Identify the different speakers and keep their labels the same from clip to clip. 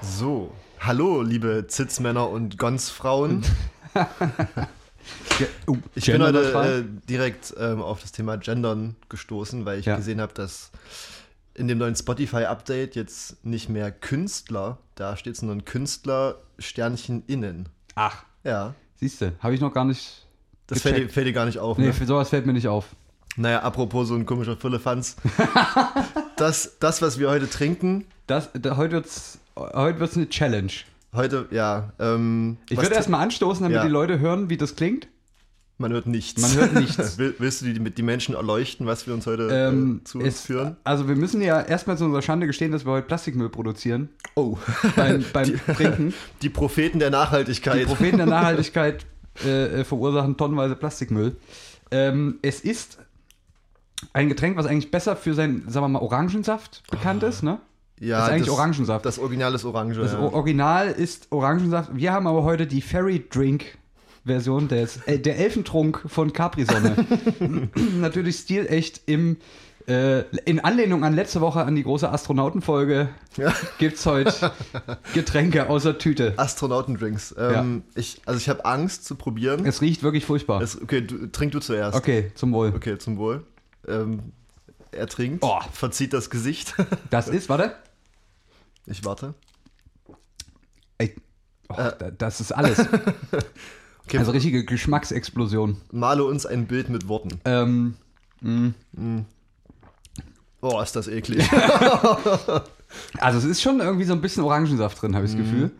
Speaker 1: So, hallo liebe Zitzmänner und Gonsfrauen.
Speaker 2: Ja, oh,
Speaker 1: Ich bin heute
Speaker 2: Genderneutral?
Speaker 1: äh, direkt ähm, auf das Thema Gendern gestoßen, weil ich
Speaker 2: Ja.
Speaker 1: gesehen habe, dass in dem neuen Spotify-Update jetzt nicht mehr Künstler da steht, sondern Künstler Sternchen innen.
Speaker 2: äh, Ach,
Speaker 1: Ja,
Speaker 2: siehst du, habe ich noch gar nicht.
Speaker 1: das fällt dir,
Speaker 2: gecheckt.
Speaker 1: fällt dir gar nicht auf.
Speaker 2: Nee,
Speaker 1: Ne?
Speaker 2: für sowas fällt mir nicht auf.
Speaker 1: Naja, apropos so ein komischer Füllefanz. das, das, was wir heute trinken,
Speaker 2: Das, da, heute wird es heute wird's eine Challenge.
Speaker 1: heute, ja, ähm,
Speaker 2: Ich
Speaker 1: was
Speaker 2: würde
Speaker 1: tri-
Speaker 2: erstmal anstoßen, damit
Speaker 1: Ja.
Speaker 2: die Leute hören, wie das klingt.
Speaker 1: man hört nichts.
Speaker 2: Man hört nichts.
Speaker 1: Will, willst du die, die Menschen erleuchten, was wir uns heute
Speaker 2: Ähm,
Speaker 1: äh, zu uns
Speaker 2: es-
Speaker 1: führen?
Speaker 2: Also wir müssen ja erstmal zu unserer Schande gestehen, dass wir heute Plastikmüll produzieren
Speaker 1: Oh,
Speaker 2: beim, beim Trinken.
Speaker 1: die Propheten der
Speaker 2: Die
Speaker 1: Nachhaltigkeit.
Speaker 2: Propheten der Nachhaltigkeit äh, äh, verursachen tonnenweise Plastikmüll. Ähm, es ist ein Getränk, was eigentlich besser für seinen, sagen wir mal, Orangensaft bekannt
Speaker 1: Ah.
Speaker 2: ist, ne?
Speaker 1: ja,
Speaker 2: Das ist eigentlich
Speaker 1: das-
Speaker 2: Orangensaft.
Speaker 1: Das Original ist Orange.
Speaker 2: Das
Speaker 1: ja.
Speaker 2: O- Also Original ist Orangensaft. Wir haben aber heute die Fairy Drink Version des, äh, der Elfentrunk von Capri Sonne. Natürlich stilecht im äh, in Anlehnung an letzte Woche an die große Astronautenfolge
Speaker 1: Ja.
Speaker 2: gibt's heute Getränke außer Tüte.
Speaker 1: Astronautendrinks. Ähm, ich, also ich habe Angst zu probieren.
Speaker 2: Es riecht wirklich furchtbar.
Speaker 1: Es- okay, du, trink du zuerst.
Speaker 2: Okay, zum Wohl.
Speaker 1: Okay, zum Wohl. Ähm, er trinkt,
Speaker 2: Oh.
Speaker 1: verzieht das Gesicht.
Speaker 2: Das ist, warte.
Speaker 1: Ich warte.
Speaker 2: Ey, oh, da- das ist alles.
Speaker 1: Äh. Okay,
Speaker 2: Also richtige Geschmacksexplosion.
Speaker 1: male uns ein Bild mit Worten.
Speaker 2: Ähm,
Speaker 1: Oh, ist das eklig.
Speaker 2: also es ist schon irgendwie so ein bisschen Orangensaft drin, habe ich das Gefühl.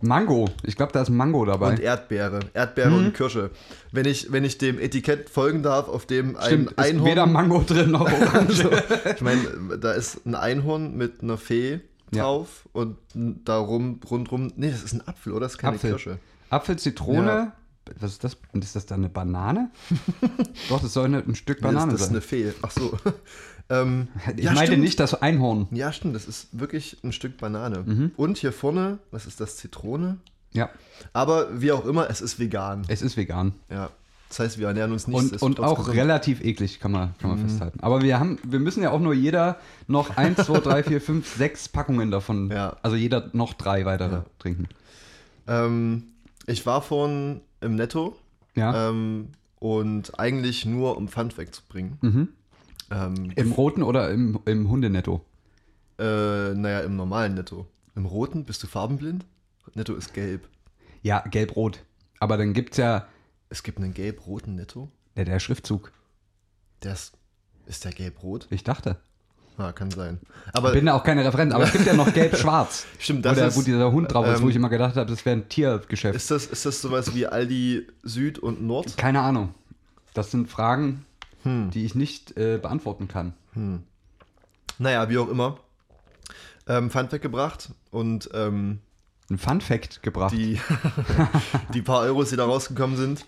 Speaker 2: Mango. Ich glaube, da ist Mango dabei.
Speaker 1: Mhm. Und Erdbeere. Erdbeere
Speaker 2: Mhm.
Speaker 1: und Kirsche. Wenn ich, wenn ich dem Etikett folgen darf, auf dem ein
Speaker 2: Stimmt, ist weder
Speaker 1: Einhorn.
Speaker 2: Mango drin noch Orange.
Speaker 1: Ich meine, da ist ein Einhorn mit einer Fee
Speaker 2: Ja.
Speaker 1: drauf und darum rundrum. Nee, das ist ein Apfel, oder? Das ist keine
Speaker 2: Apfel.
Speaker 1: Kirsche.
Speaker 2: Apfel, Zitrone. Was ist das? Und ist das dann eine Banane? Doch, das soll eine, ein Stück Banane
Speaker 1: ist das
Speaker 2: sein.
Speaker 1: eine Fee? Ach so. ähm,
Speaker 2: Ich
Speaker 1: ja,
Speaker 2: meine
Speaker 1: stimmt.
Speaker 2: nicht das Einhorn.
Speaker 1: Ja, stimmt, das ist wirklich ein Stück Banane.
Speaker 2: Mhm.
Speaker 1: Und hier vorne, was ist das? Zitrone?
Speaker 2: Ja,
Speaker 1: Aber wie auch immer, es ist vegan.
Speaker 2: es ist vegan.
Speaker 1: Ja. Das heißt, wir ernähren uns nicht.
Speaker 2: Und, und auch relativ eklig, kann man, kann man
Speaker 1: Mhm.
Speaker 2: festhalten. Aber wir haben, wir müssen ja auch nur jeder noch 1, 2, 3, 4, 5, 6 Packungen davon,
Speaker 1: Ja.
Speaker 2: also jeder noch drei weitere
Speaker 1: Ja.
Speaker 2: trinken.
Speaker 1: Ähm, ich war vorhin im Netto
Speaker 2: Ja.
Speaker 1: ähm, und eigentlich nur, um Pfand wegzubringen.
Speaker 2: mhm.
Speaker 1: Ähm,
Speaker 2: Im roten oder im, im Hundenetto?
Speaker 1: äh, naja, im normalen Netto. Im roten bist du farbenblind? Netto ist gelb.
Speaker 2: Ja, gelb-rot. Aber dann gibt es ja
Speaker 1: Es gibt einen gelb-roten Netto.
Speaker 2: der, der Schriftzug.
Speaker 1: Der ist, ist der gelb-rot?
Speaker 2: Ich dachte.
Speaker 1: Ja, kann sein. Aber
Speaker 2: bin da auch keine Referenz, aber es gibt ja noch gelb-schwarz.
Speaker 1: stimmt, das
Speaker 2: Oder
Speaker 1: ist.
Speaker 2: wo dieser Hund drauf ist, wo
Speaker 1: ähm,
Speaker 2: ich immer gedacht habe, das wäre ein Tiergeschäft.
Speaker 1: Ist das, ist das sowas wie Aldi Süd und Nord?
Speaker 2: Keine Ahnung. Das sind Fragen,
Speaker 1: Hm.
Speaker 2: die ich nicht äh, beantworten kann.
Speaker 1: Naja, wie auch immer. Ähm, Pfand weggebracht und ähm,
Speaker 2: Ein Fun Fact gebracht.
Speaker 1: die, die paar Euros, die da rausgekommen sind,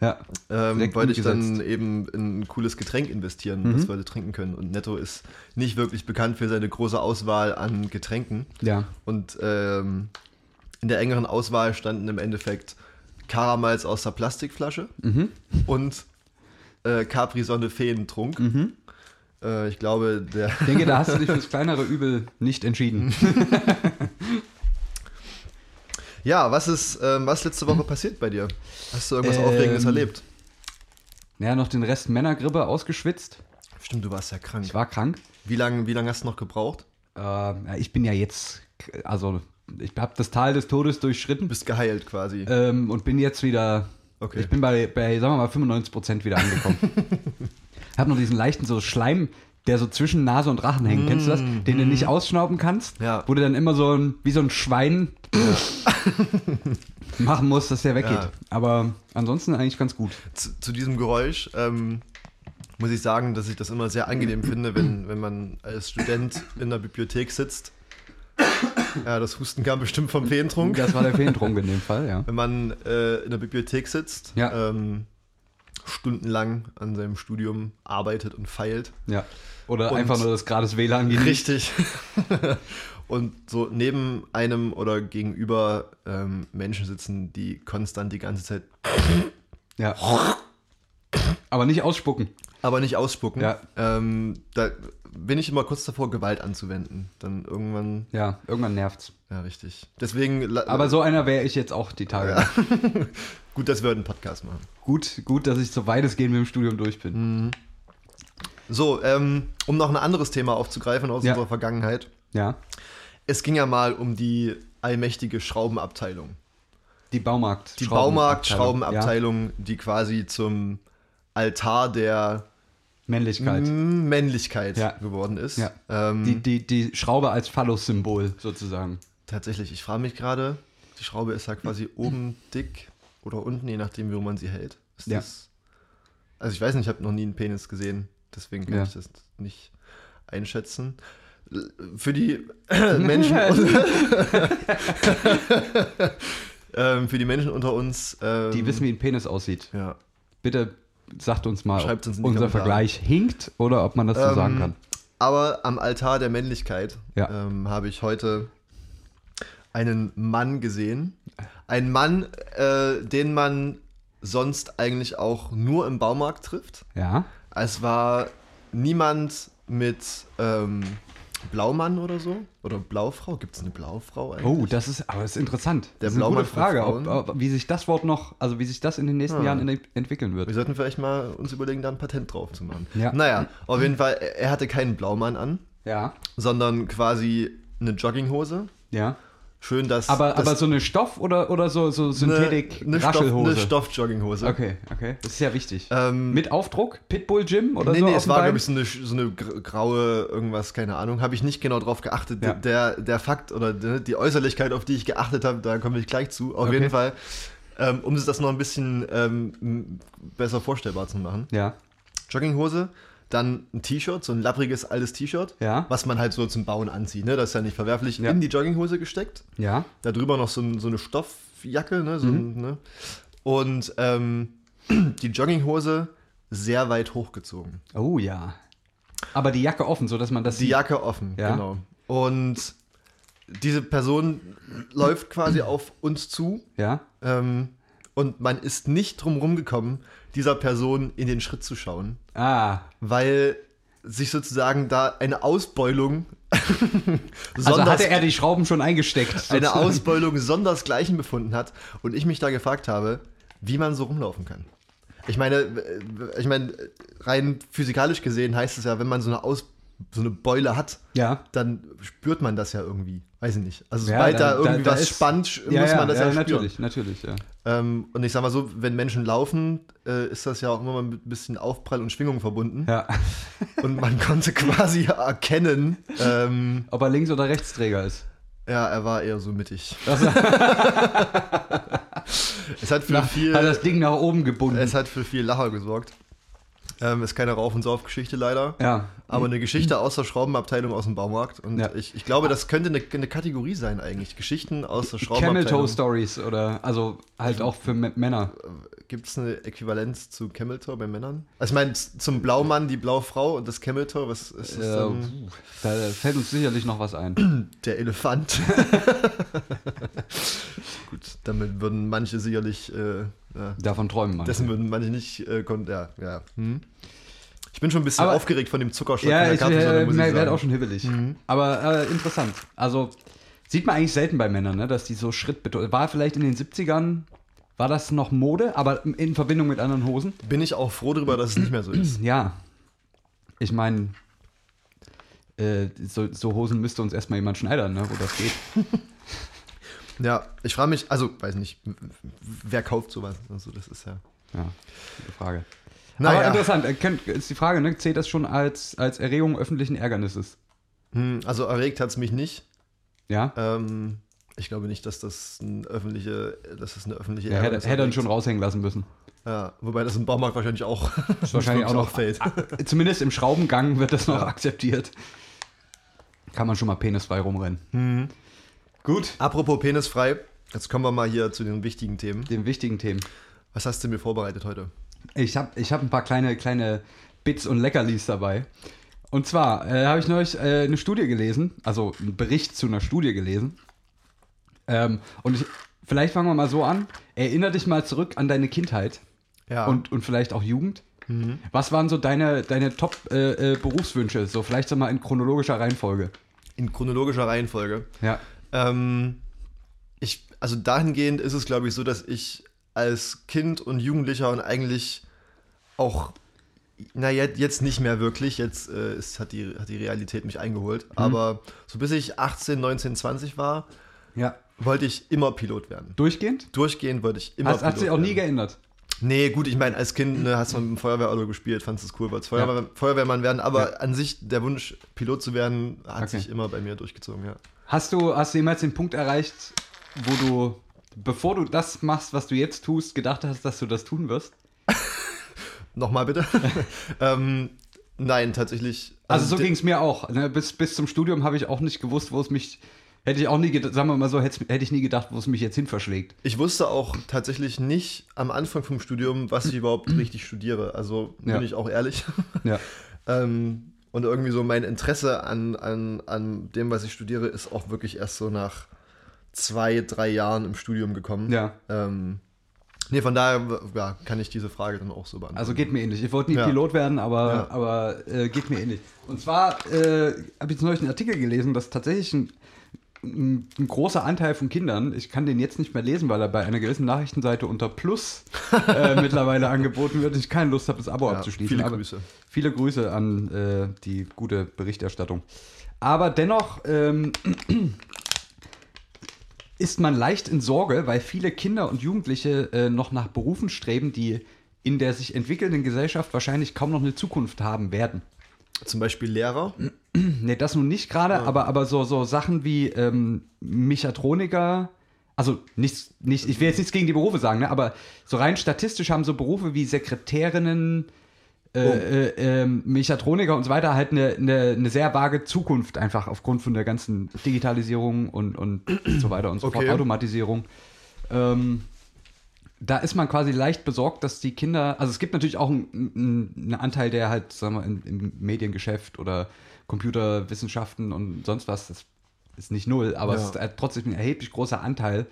Speaker 2: ja.
Speaker 1: ähm,
Speaker 2: Direkt
Speaker 1: wollte ich dann
Speaker 2: umgesetzt. Mhm.
Speaker 1: eben in ein cooles Getränk investieren, das wir trinken können. Und Netto ist nicht wirklich bekannt für seine große Auswahl an Getränken.
Speaker 2: ja.
Speaker 1: Und ähm, in der engeren Auswahl standen im Endeffekt Karamals aus der Plastikflasche
Speaker 2: Mhm.
Speaker 1: und äh, Capri-Sonne Feentrunk.
Speaker 2: Mhm.
Speaker 1: Äh, ich glaube, der,
Speaker 2: Ich denke, da hast du dich fürs kleinere Übel nicht entschieden.
Speaker 1: Ja, was ist, ähm, was letzte Woche passiert bei dir? Hast du irgendwas
Speaker 2: Ähm,
Speaker 1: Aufregendes erlebt?
Speaker 2: Naja, noch den Rest Männergrippe ausgeschwitzt.
Speaker 1: Stimmt, du warst ja krank.
Speaker 2: Ich war krank.
Speaker 1: Wie lange wie lang hast du noch gebraucht?
Speaker 2: Äh, ja, ich bin ja jetzt, also ich habe das Tal des Todes durchschritten.
Speaker 1: Bist geheilt quasi.
Speaker 2: Ähm, und bin jetzt wieder.
Speaker 1: Okay.
Speaker 2: Ich bin bei, bei, sagen wir mal, 95% wieder angekommen. hab noch diesen leichten so Schleim, der so zwischen Nase und Rachen hängt. Kennst du das? Den du nicht ausschnauben kannst.
Speaker 1: Mm, Ja.
Speaker 2: Wo du dann immer so ein, wie so ein Schwein machen musst, dass der weggeht.
Speaker 1: Ja.
Speaker 2: Aber ansonsten eigentlich ganz gut.
Speaker 1: Zu, zu diesem Geräusch ähm, muss ich sagen, dass ich das immer sehr angenehm finde, wenn, wenn man als Student in der Bibliothek sitzt. Ja, das Husten kam bestimmt vom Feentrunk.
Speaker 2: Das war der Feentrunk in dem Fall, ja.
Speaker 1: Wenn man äh, in der Bibliothek sitzt,
Speaker 2: Ja.
Speaker 1: ähm, stundenlang an seinem Studium arbeitet und feilt.
Speaker 2: Ja. Oder
Speaker 1: Und-
Speaker 2: einfach nur das gratis WLAN genießt.
Speaker 1: Richtig. und so neben einem oder gegenüber ähm, Menschen sitzen, die konstant die ganze Zeit
Speaker 2: Ja. Aber nicht ausspucken.
Speaker 1: aber nicht ausspucken.
Speaker 2: Ja.
Speaker 1: Ähm, da bin ich immer kurz davor, Gewalt anzuwenden. Dann irgendwann,
Speaker 2: Ja, irgendwann nervt's.
Speaker 1: ja, richtig. Deswegen, la-
Speaker 2: Aber so einer wäre ich jetzt auch die Tage.
Speaker 1: gut, dass wir einen Podcast machen.
Speaker 2: Gut, gut, dass ich so weitestgehend mit dem Studium durch bin.
Speaker 1: Mhm. So, ähm, um noch ein anderes Thema aufzugreifen aus
Speaker 2: Ja.
Speaker 1: unserer Vergangenheit.
Speaker 2: Ja.
Speaker 1: Es ging ja mal um die allmächtige Schraubenabteilung.
Speaker 2: Die Baumarkt.
Speaker 1: Die Baumarkt-Schraubenabteilung, die quasi zum Altar der
Speaker 2: Ja. Männlichkeit.
Speaker 1: M- Männlichkeit
Speaker 2: Ja.
Speaker 1: geworden ist.
Speaker 2: Ja.
Speaker 1: Ähm,
Speaker 2: Die, die, die Schraube als Phallus-Symbol sozusagen.
Speaker 1: tatsächlich, ich frage mich gerade, die Schraube ist ja quasi oben dick oder unten, je nachdem, wie man sie hält. Ist
Speaker 2: Ja.
Speaker 1: das, also ich weiß nicht, ich habe noch nie einen Penis gesehen, deswegen kann
Speaker 2: Ja.
Speaker 1: ich das nicht einschätzen. L- Für die Menschen ähm, für die Menschen unter uns, ähm,
Speaker 2: Die wissen, wie ein Penis aussieht.
Speaker 1: ja,
Speaker 2: Bitte sagt uns mal, ob
Speaker 1: Schreibt's uns in die
Speaker 2: unser
Speaker 1: Kommentare.
Speaker 2: Vergleich hinkt oder ob man das so
Speaker 1: Ähm,
Speaker 2: sagen kann.
Speaker 1: Aber am Altar der Männlichkeit
Speaker 2: Ja.
Speaker 1: ähm, habe ich heute einen Mann gesehen. Ein Mann, äh, den man sonst eigentlich auch nur im Baumarkt trifft.
Speaker 2: Ja.
Speaker 1: Es war niemand mit ähm, Blaumann oder so. Oder Blaufrau. Gibt es eine Blaufrau eigentlich?
Speaker 2: Oh, das ist, aber das ist interessant.
Speaker 1: Der
Speaker 2: das ist eine
Speaker 1: Blaumann
Speaker 2: gute
Speaker 1: von
Speaker 2: Frage, ob,
Speaker 1: Frauen.
Speaker 2: ob, wie sich das Wort noch, also wie sich das in den nächsten
Speaker 1: Ah.
Speaker 2: Jahren ent- entwickeln
Speaker 1: Wir
Speaker 2: wird.
Speaker 1: sollten vielleicht mal uns überlegen, da ein Patent drauf zu machen.
Speaker 2: Ja.
Speaker 1: Naja, auf jeden Fall, er hatte keinen Blaumann an,
Speaker 2: Ja.
Speaker 1: sondern quasi eine Jogginghose.
Speaker 2: Ja.
Speaker 1: Schön, dass
Speaker 2: Aber,
Speaker 1: dass
Speaker 2: aber so eine Stoff- oder, oder so, so
Speaker 1: eine,
Speaker 2: Synthetik-Raschelhose?
Speaker 1: Stoff, eine Stoffjogginghose.
Speaker 2: Okay, okay. Das ist ja wichtig.
Speaker 1: Ähm,
Speaker 2: Mit Aufdruck? Pitbull Gym oder
Speaker 1: nee,
Speaker 2: so?
Speaker 1: nee,
Speaker 2: Also auf
Speaker 1: es
Speaker 2: dem
Speaker 1: war,
Speaker 2: Bein?
Speaker 1: glaube ich, so eine, sch- so eine gr- graue, irgendwas, keine Ahnung. Habe ich nicht genau drauf geachtet.
Speaker 2: Ja.
Speaker 1: Der, der Fakt oder die die Äußerlichkeit, auf die ich geachtet habe, da komme ich gleich zu. Auf
Speaker 2: Okay.
Speaker 1: jeden Fall, ähm, um das noch ein bisschen ähm, m- besser vorstellbar zu machen.
Speaker 2: Ja,
Speaker 1: Jogginghose, dann ein T-Shirt, so ein lappriges, altes T-Shirt,
Speaker 2: Ja.
Speaker 1: was man halt so zum Bauen anzieht. Ne? Das ist ja nicht verwerflich.
Speaker 2: Ja.
Speaker 1: In die Jogginghose gesteckt.
Speaker 2: ja.
Speaker 1: Da drüber noch so, ein, so eine Stoffjacke, ne? So
Speaker 2: Mhm.
Speaker 1: ein, ne? Und ähm, die Jogginghose sehr weit hochgezogen.
Speaker 2: Oh ja. Aber die Jacke offen, sodass man das
Speaker 1: Die
Speaker 2: sieht.
Speaker 1: Jacke offen,
Speaker 2: Ja.
Speaker 1: genau. Und diese Person läuft quasi auf uns zu
Speaker 2: Ja.
Speaker 1: ähm, und man ist nicht drum rumgekommen, dieser Person in den Schritt zu schauen,
Speaker 2: Ah.
Speaker 1: weil sich sozusagen da eine Ausbeulung
Speaker 2: Also
Speaker 1: sonders-
Speaker 2: hatte er die Schrauben schon eingesteckt.
Speaker 1: eine
Speaker 2: sozusagen.
Speaker 1: Ausbeulung sondersgleichen befunden hat und ich mich da gefragt habe, wie man so rumlaufen kann. Ich meine, äh, ich meine, äh, rein physikalisch gesehen heißt es ja, wenn man so eine Aus so eine Beule hat,
Speaker 2: Ja.
Speaker 1: dann spürt man das ja irgendwie. Weiß ich nicht. Also
Speaker 2: Ja,
Speaker 1: sobald
Speaker 2: dann-
Speaker 1: da irgendwie
Speaker 2: da- da
Speaker 1: was
Speaker 2: ist-
Speaker 1: spannt, sch-
Speaker 2: ja,
Speaker 1: muss
Speaker 2: ja,
Speaker 1: man das ja,
Speaker 2: ja,
Speaker 1: spüren.
Speaker 2: natürlich, natürlich, ja.
Speaker 1: Ähm, und ich sag mal so, wenn Menschen laufen, äh, ist das ja auch immer mal mit ein bisschen Aufprall und Schwingung verbunden.
Speaker 2: Ja.
Speaker 1: Und man konnte quasi erkennen, ähm,
Speaker 2: Ob er Links- oder Rechtsträger ist.
Speaker 1: ja, er war eher so mittig.
Speaker 2: Also, hat
Speaker 1: Es hat für viel.
Speaker 2: das Ding nach oben gebunden.
Speaker 1: Es hat für viel Lacher gesorgt. Ähm, ist keine Rauf- und Sauf-Geschichte leider.
Speaker 2: ja.
Speaker 1: Aber eine Geschichte aus der Schraubenabteilung aus dem Baumarkt. Und
Speaker 2: Ja.
Speaker 1: ich, ich glaube, das könnte eine, eine Kategorie sein eigentlich. Geschichten aus der
Speaker 2: Camel Toe
Speaker 1: Schraubenabteilung.
Speaker 2: Stories oder also halt auch für M Männer.
Speaker 1: Gibt es eine Äquivalenz zu Camel Toe bei Männern? Also ich meine, z- zum Blaumann die Blaufrau und das Camel Toe, was ist das
Speaker 2: Äh,
Speaker 1: denn?
Speaker 2: da fällt uns sicherlich noch was ein.
Speaker 1: Der Elefant. Gut, damit würden manche sicherlich, äh, ja,
Speaker 2: Davon träumen wir.
Speaker 1: dessen würden manche nicht, äh, kon- ja, ja. Hm. Ich bin schon ein bisschen
Speaker 2: Aber-
Speaker 1: aufgeregt von dem Zuckerschlag
Speaker 2: Ja, ich,
Speaker 1: Kaffeesonne,
Speaker 2: äh,
Speaker 1: muss ich
Speaker 2: werde
Speaker 1: sagen.
Speaker 2: auch schon hibbelig. Aber äh, interessant. Also sieht man eigentlich selten bei Männern, ne, dass die so Schritt betont. War vielleicht in den 70ern, war das noch Mode, aber in Verbindung mit anderen Hosen?
Speaker 1: Bin ich auch froh darüber, dass es nicht mehr so ist.
Speaker 2: Ja. Ich meine, äh, so, so Hosen müsste uns erstmal jemand schneidern, ne, wo das geht.
Speaker 1: Ja, ich frage mich, also weiß nicht, wer kauft sowas? Also das ist ja.
Speaker 2: Ja, gute Frage.
Speaker 1: Naja.
Speaker 2: Aber interessant, äh, könnt, ist die Frage, ne, zählt das schon als, als Erregung öffentlichen Ärgernisses?
Speaker 1: Hm, also erregt hat es mich nicht.
Speaker 2: Ja?
Speaker 1: Ähm, ich glaube nicht, dass das ein öffentliche, dass das eine öffentliche
Speaker 2: ja hätte,
Speaker 1: Ärgernis
Speaker 2: hätte er
Speaker 1: erregt.
Speaker 2: uns schon raushängen lassen müssen.
Speaker 1: Ja, wobei das im Baumarkt wahrscheinlich auch
Speaker 2: wahrscheinlich
Speaker 1: wirklich
Speaker 2: auch noch-
Speaker 1: auffällt.
Speaker 2: Zumindest im Schraubengang wird das noch akzeptiert. Kann man schon mal penisfrei rumrennen. Mhm. Gut.
Speaker 1: Apropos penisfrei, jetzt kommen wir mal hier zu den wichtigen Themen.
Speaker 2: Den wichtigen Themen.
Speaker 1: Was hast du mir vorbereitet heute?
Speaker 2: Ich habe ich hab ein paar kleine, kleine Bits und Leckerlis dabei. Und zwar äh, habe ich neulich äh, eine Studie gelesen, also einen Bericht zu einer Studie gelesen. Ähm, und ich, vielleicht fangen wir mal so an. Erinner dich mal zurück an deine Kindheit
Speaker 1: Ja.
Speaker 2: und, und vielleicht auch Jugend. Was waren so deine, deine Top-Berufswünsche? Äh, Berufswünsche? so vielleicht so mal in chronologischer Reihenfolge.
Speaker 1: in chronologischer Reihenfolge.
Speaker 2: Ja.
Speaker 1: Ähm, ich, also dahingehend ist es, glaube ich, so, dass ich als Kind und Jugendlicher und eigentlich auch, na jetzt, jetzt nicht mehr wirklich, jetzt äh, ist, hat, die, hat die Realität mich eingeholt,
Speaker 2: Mhm.
Speaker 1: aber so bis ich 18, 19, 20 war,
Speaker 2: Ja.
Speaker 1: wollte ich immer Pilot werden.
Speaker 2: Durchgehend?
Speaker 1: Durchgehend wollte ich immer
Speaker 2: Hast,
Speaker 1: Pilot
Speaker 2: hast du auch nie
Speaker 1: werden.
Speaker 2: geändert?
Speaker 1: Nee, gut, ich meine, als Kind ne, hast du mit dem Feuerwehrauto gespielt, fandest es cool, wolltest
Speaker 2: Ja.
Speaker 1: Feuerwehr, Feuerwehrmann werden, aber
Speaker 2: Ja.
Speaker 1: an sich der Wunsch, Pilot zu werden, hat
Speaker 2: Okay.
Speaker 1: sich immer bei mir durchgezogen, ja.
Speaker 2: Hast du, hast du jemals den Punkt erreicht, wo du, bevor du das machst, was du jetzt tust, gedacht hast, dass du das tun wirst?
Speaker 1: Nochmal bitte. ähm, nein, tatsächlich.
Speaker 2: Also, so
Speaker 1: de-
Speaker 2: ging es mir auch. Ne? Bis, bis zum Studium habe ich auch nicht gewusst, wo es mich. Hätte ich auch nie gedacht, sagen wir mal so, hätte hätte ich nie gedacht, wo es mich jetzt hin verschlägt.
Speaker 1: Ich wusste auch tatsächlich nicht am Anfang vom Studium, was ich überhaupt richtig studiere. Also bin
Speaker 2: Ja.
Speaker 1: ich auch ehrlich.
Speaker 2: Ja.
Speaker 1: ähm, und irgendwie so mein Interesse an, an, an dem, was ich studiere, ist auch wirklich erst so nach zwei, drei Jahren im Studium gekommen.
Speaker 2: Ja.
Speaker 1: Ähm, nee, von daher w- ja, kann ich diese Frage dann auch so beantworten.
Speaker 2: Also geht mir ähnlich. Ich wollte nie
Speaker 1: Ja.
Speaker 2: Pilot werden, aber,
Speaker 1: Ja.
Speaker 2: aber äh, geht mir ähnlich. Und zwar äh, habe ich jetzt neulich einen Artikel gelesen, dass tatsächlich ein, ein, ein großer Anteil von Kindern, ich kann den jetzt nicht mehr lesen, weil er bei einer gewissen Nachrichtenseite unter Plus äh, mittlerweile angeboten wird. und Ich keine Lust habe, das Abo
Speaker 1: Ja,
Speaker 2: abzuschließen.
Speaker 1: viele
Speaker 2: aber
Speaker 1: Grüße.
Speaker 2: Viele Grüße an äh, die gute Berichterstattung. Aber dennoch ähm, ist man leicht in Sorge, weil viele Kinder und Jugendliche äh, noch nach Berufen streben, die in der sich entwickelnden Gesellschaft wahrscheinlich kaum noch eine Zukunft haben werden.
Speaker 1: Zum Beispiel Lehrer.
Speaker 2: Nee, das nun nicht gerade, aber, aber so, so Sachen wie ähm, Mechatroniker, also nichts, nicht, ich will jetzt nichts gegen die Berufe sagen, ne, aber so rein statistisch haben so Berufe wie Sekretärinnen, äh, äh, ähm, Mechatroniker und so weiter halt eine, eine, eine sehr vage Zukunft einfach aufgrund von der ganzen Digitalisierung und, und so weiter und so
Speaker 1: Okay.
Speaker 2: fort, Automatisierung. Ähm, da ist man quasi leicht besorgt, dass die Kinder, also es gibt natürlich auch einen, einen, einen Anteil, der halt, sagen wir, im, im Mediengeschäft oder Computerwissenschaften und sonst was, das ist nicht null, aber
Speaker 1: Ja.
Speaker 2: es ist halt trotzdem ein erheblich großer Anteil,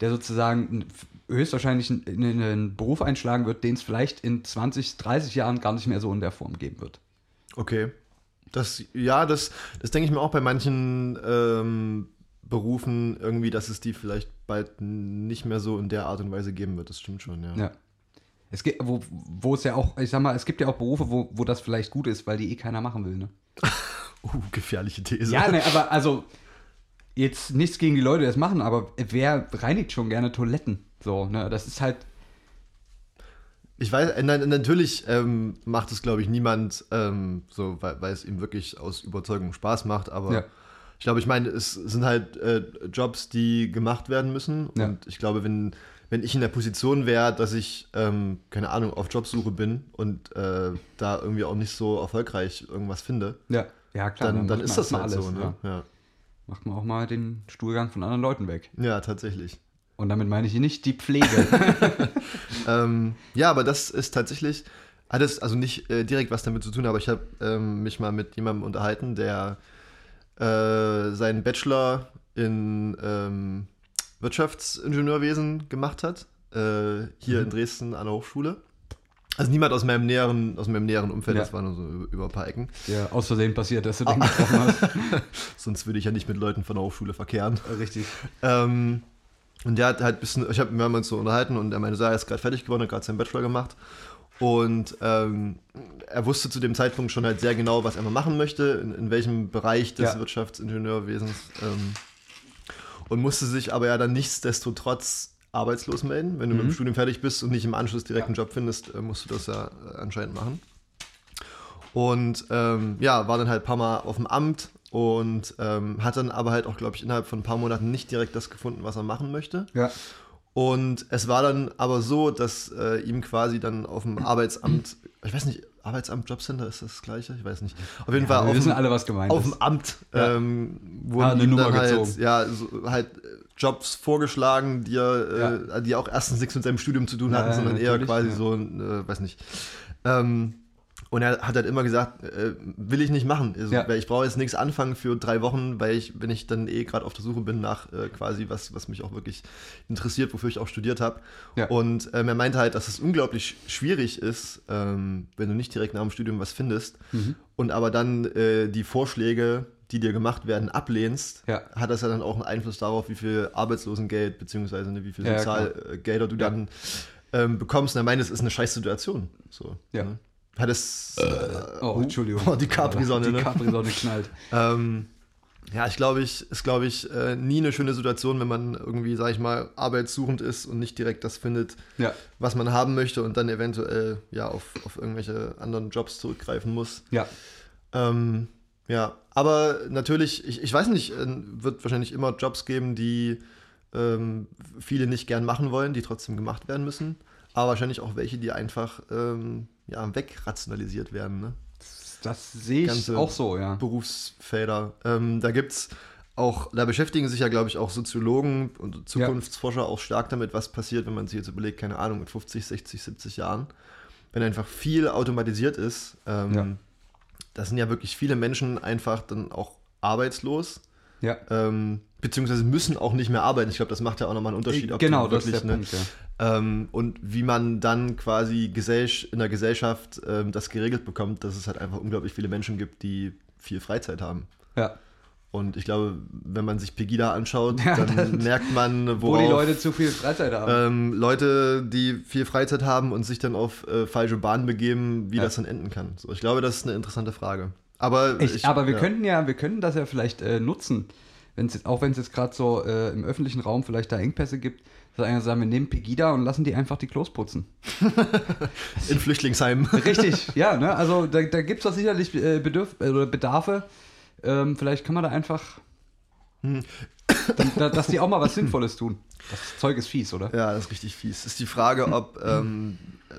Speaker 2: der sozusagen höchstwahrscheinlich in, in, in einen Beruf einschlagen wird, den es vielleicht in 20, 30 Jahren gar nicht mehr so in der Form geben wird.
Speaker 1: Okay. Das, ja, das, das denke ich mir auch bei manchen ähm, Berufen irgendwie, dass es die vielleicht bald nicht mehr so in der Art und Weise geben wird. Das stimmt schon, ja.
Speaker 2: Ja. Es gibt, wo, wo es ja auch, ich sag mal, es gibt ja auch Berufe, wo, wo das vielleicht gut ist, weil die eh keiner machen will, ne?
Speaker 1: Uh, gefährliche These.
Speaker 2: Ja, ne, aber also jetzt nichts gegen die Leute, die das machen, aber wer reinigt schon gerne Toiletten? So, ne, das ist halt
Speaker 1: Ich weiß, äh, nein, natürlich ähm, macht es, glaube ich, niemand, ähm, so, weil, weil es ihm wirklich aus Überzeugung Spaß macht, aber
Speaker 2: Ja.
Speaker 1: ich glaube, ich meine, es sind halt äh, Jobs, die gemacht werden müssen.
Speaker 2: Ja.
Speaker 1: Und ich glaube, wenn, wenn ich in der Position wäre, dass ich, ähm, keine Ahnung, auf Jobsuche bin und äh, da irgendwie auch nicht so erfolgreich irgendwas finde,
Speaker 2: ja, ja klar,
Speaker 1: dann, dann
Speaker 2: macht
Speaker 1: ist
Speaker 2: man
Speaker 1: das
Speaker 2: mal
Speaker 1: halt so. Ne? Ja.
Speaker 2: Macht man auch mal den Stuhlgang von anderen Leuten weg.
Speaker 1: Ja. tatsächlich.
Speaker 2: Und damit meine ich nicht die Pflege.
Speaker 1: Ähm, ja, aber das ist tatsächlich, hat es also nicht äh, direkt was damit zu tun, aber ich habe ähm, mich mal mit jemandem unterhalten, der äh, seinen Bachelor in ähm, Wirtschaftsingenieurwesen gemacht hat, äh, hier in Dresden an der Hochschule. Also niemand aus meinem näheren, aus meinem näheren Umfeld,
Speaker 2: Ja.
Speaker 1: das waren nur so über, über ein paar Ecken.
Speaker 2: der aus Versehen passiert, dass du
Speaker 1: Ah.
Speaker 2: den getroffen hast.
Speaker 1: Sonst würde ich ja nicht mit Leuten von der Hochschule verkehren.
Speaker 2: Richtig.
Speaker 1: Ähm, und der hat halt ein bisschen, ich hab, wir haben uns so unterhalten und er meinte, so, er ist gerade fertig geworden, hat gerade seinen Bachelor gemacht. Und ähm, er wusste zu dem Zeitpunkt schon halt sehr genau, was er mal machen möchte, in, in welchem Bereich des
Speaker 2: Ja.
Speaker 1: Wirtschaftsingenieurwesens. Ähm, und musste sich aber ja dann nichtsdestotrotz arbeitslos melden. Wenn du mit dem Studium fertig bist und nicht im Anschluss direkt einen Job findest, äh, musst du das ja äh, anscheinend machen. Und ähm, ja, war dann halt ein paar Mal auf dem Amt und ähm, hat dann aber halt auch, glaube ich, innerhalb von ein paar Monaten nicht direkt das gefunden, was er machen möchte.
Speaker 2: Ja.
Speaker 1: Und es war dann aber so, dass äh, ihm quasi dann auf dem Arbeitsamt, ich weiß nicht, Arbeitsamt, Jobcenter ist das gleiche? Ich weiß nicht. Auf jeden Fall
Speaker 2: wir
Speaker 1: auf
Speaker 2: wissen
Speaker 1: dem,
Speaker 2: alle, was gemeint
Speaker 1: auf
Speaker 2: ist.
Speaker 1: dem Amt
Speaker 2: Ja.
Speaker 1: ähm,
Speaker 2: Ah,
Speaker 1: wurden
Speaker 2: eine
Speaker 1: ihm
Speaker 2: Nummer
Speaker 1: dann halt,
Speaker 2: gezogen.
Speaker 1: ja, so, halt äh, Jobs vorgeschlagen, die, er, äh, die auch erstens nichts mit seinem Studium zu tun hatten,
Speaker 2: Ja,
Speaker 1: sondern eher
Speaker 2: natürlich,
Speaker 1: quasi
Speaker 2: ja.
Speaker 1: so, ein, äh, weiß nicht. Ähm, und er hat halt immer gesagt, äh, will ich nicht machen. Also,
Speaker 2: Ja.
Speaker 1: weil Ich brauche jetzt nichts anfangen für drei Wochen, weil ich, wenn ich dann eh gerade auf der Suche bin nach äh, quasi was, was mich auch wirklich interessiert, wofür ich auch studiert habe.
Speaker 2: Ja.
Speaker 1: Und ähm, er meinte halt, dass es unglaublich schwierig ist, ähm, wenn du nicht direkt nach dem Studium was findest
Speaker 2: Mhm.
Speaker 1: und aber dann äh, die Vorschläge, die dir gemacht werden, ablehnst,
Speaker 2: Ja.
Speaker 1: hat das ja dann auch einen Einfluss darauf, wie viel Arbeitslosengeld beziehungsweise ne, wie viel
Speaker 2: Ja, ja,
Speaker 1: Sozialgelder du
Speaker 2: Ja.
Speaker 1: dann ähm, bekommst. Und er meinte, es ist eine scheiß Situation. So,
Speaker 2: Ja.
Speaker 1: ne? Hat es. Äh,
Speaker 2: Oh, Entschuldigung.
Speaker 1: Oh, die Capri-Sonne,
Speaker 2: Die
Speaker 1: ne?
Speaker 2: Capri-Sonne knallt.
Speaker 1: Ähm, ja, ich glaube, ich ist, glaube ich, äh, nie eine schöne Situation, wenn man irgendwie, sag ich mal, arbeitssuchend ist und nicht direkt das findet,
Speaker 2: Ja,
Speaker 1: was man haben möchte und dann eventuell ja auf, auf irgendwelche anderen Jobs zurückgreifen muss.
Speaker 2: ja.
Speaker 1: Ähm, ja, aber natürlich, ich, ich weiß nicht, äh, wird wahrscheinlich immer Jobs geben, die ähm, viele nicht gern machen wollen, die trotzdem gemacht werden müssen. Aber wahrscheinlich auch welche, die einfach ähm, ja, wegrationalisiert werden. Ne?
Speaker 2: Das sehe ich
Speaker 1: Ganze
Speaker 2: auch so, ja.
Speaker 1: Berufsfelder. Ähm, da gibt's auch, da beschäftigen sich ja, glaube ich, auch Soziologen und Zukunftsforscher auch stark damit, was passiert, wenn man sich jetzt überlegt, keine Ahnung, in 50, 60, 70 Jahren, wenn einfach viel automatisiert ist. Ähm,
Speaker 2: Ja.
Speaker 1: Da sind ja wirklich viele Menschen einfach dann auch arbeitslos,
Speaker 2: Ja.
Speaker 1: ähm, beziehungsweise müssen auch nicht mehr arbeiten. Ich glaube, das macht ja auch nochmal einen Unterschied. ob
Speaker 2: genau,
Speaker 1: du
Speaker 2: das ist der
Speaker 1: ne,
Speaker 2: Punkt, ja.
Speaker 1: ähm, und wie man dann quasi gesell- in der Gesellschaft ähm, das geregelt bekommt, dass es halt einfach unglaublich viele Menschen gibt, die viel Freizeit haben.
Speaker 2: ja.
Speaker 1: Und ich glaube, wenn man sich Pegida anschaut,
Speaker 2: Ja, das-
Speaker 1: dann merkt man,
Speaker 2: Wo die
Speaker 1: worauf,
Speaker 2: Leute zu viel Freizeit haben.
Speaker 1: ähm, Leute, die viel Freizeit haben und sich dann auf äh, falsche Bahnen begeben, wie
Speaker 2: Ja.
Speaker 1: das dann enden kann. So, ich glaube, das ist eine interessante Frage. Aber,
Speaker 2: Ich,
Speaker 1: ich-
Speaker 2: aber wir
Speaker 1: ja.
Speaker 2: könnten ja, wir könnten das ja vielleicht äh, nutzen, wenn's jetzt, auch wenn es jetzt gerade so äh, im öffentlichen Raum vielleicht da Engpässe gibt, dass einer sagen, wir nehmen Pegida und lassen die einfach die Klos putzen.
Speaker 1: in Flüchtlingsheimen.
Speaker 2: Richtig, ja, ne? Also da, da gibt es doch sicherlich äh, Bedürf äh, oder Bedarfe. Ähm, vielleicht kann man da einfach,
Speaker 1: Hm.
Speaker 2: dann, da, dass die auch mal was Sinnvolles tun. Das Zeug ist fies, oder?
Speaker 1: Ja, das ist richtig fies. Ist die Frage, ob ähm, äh,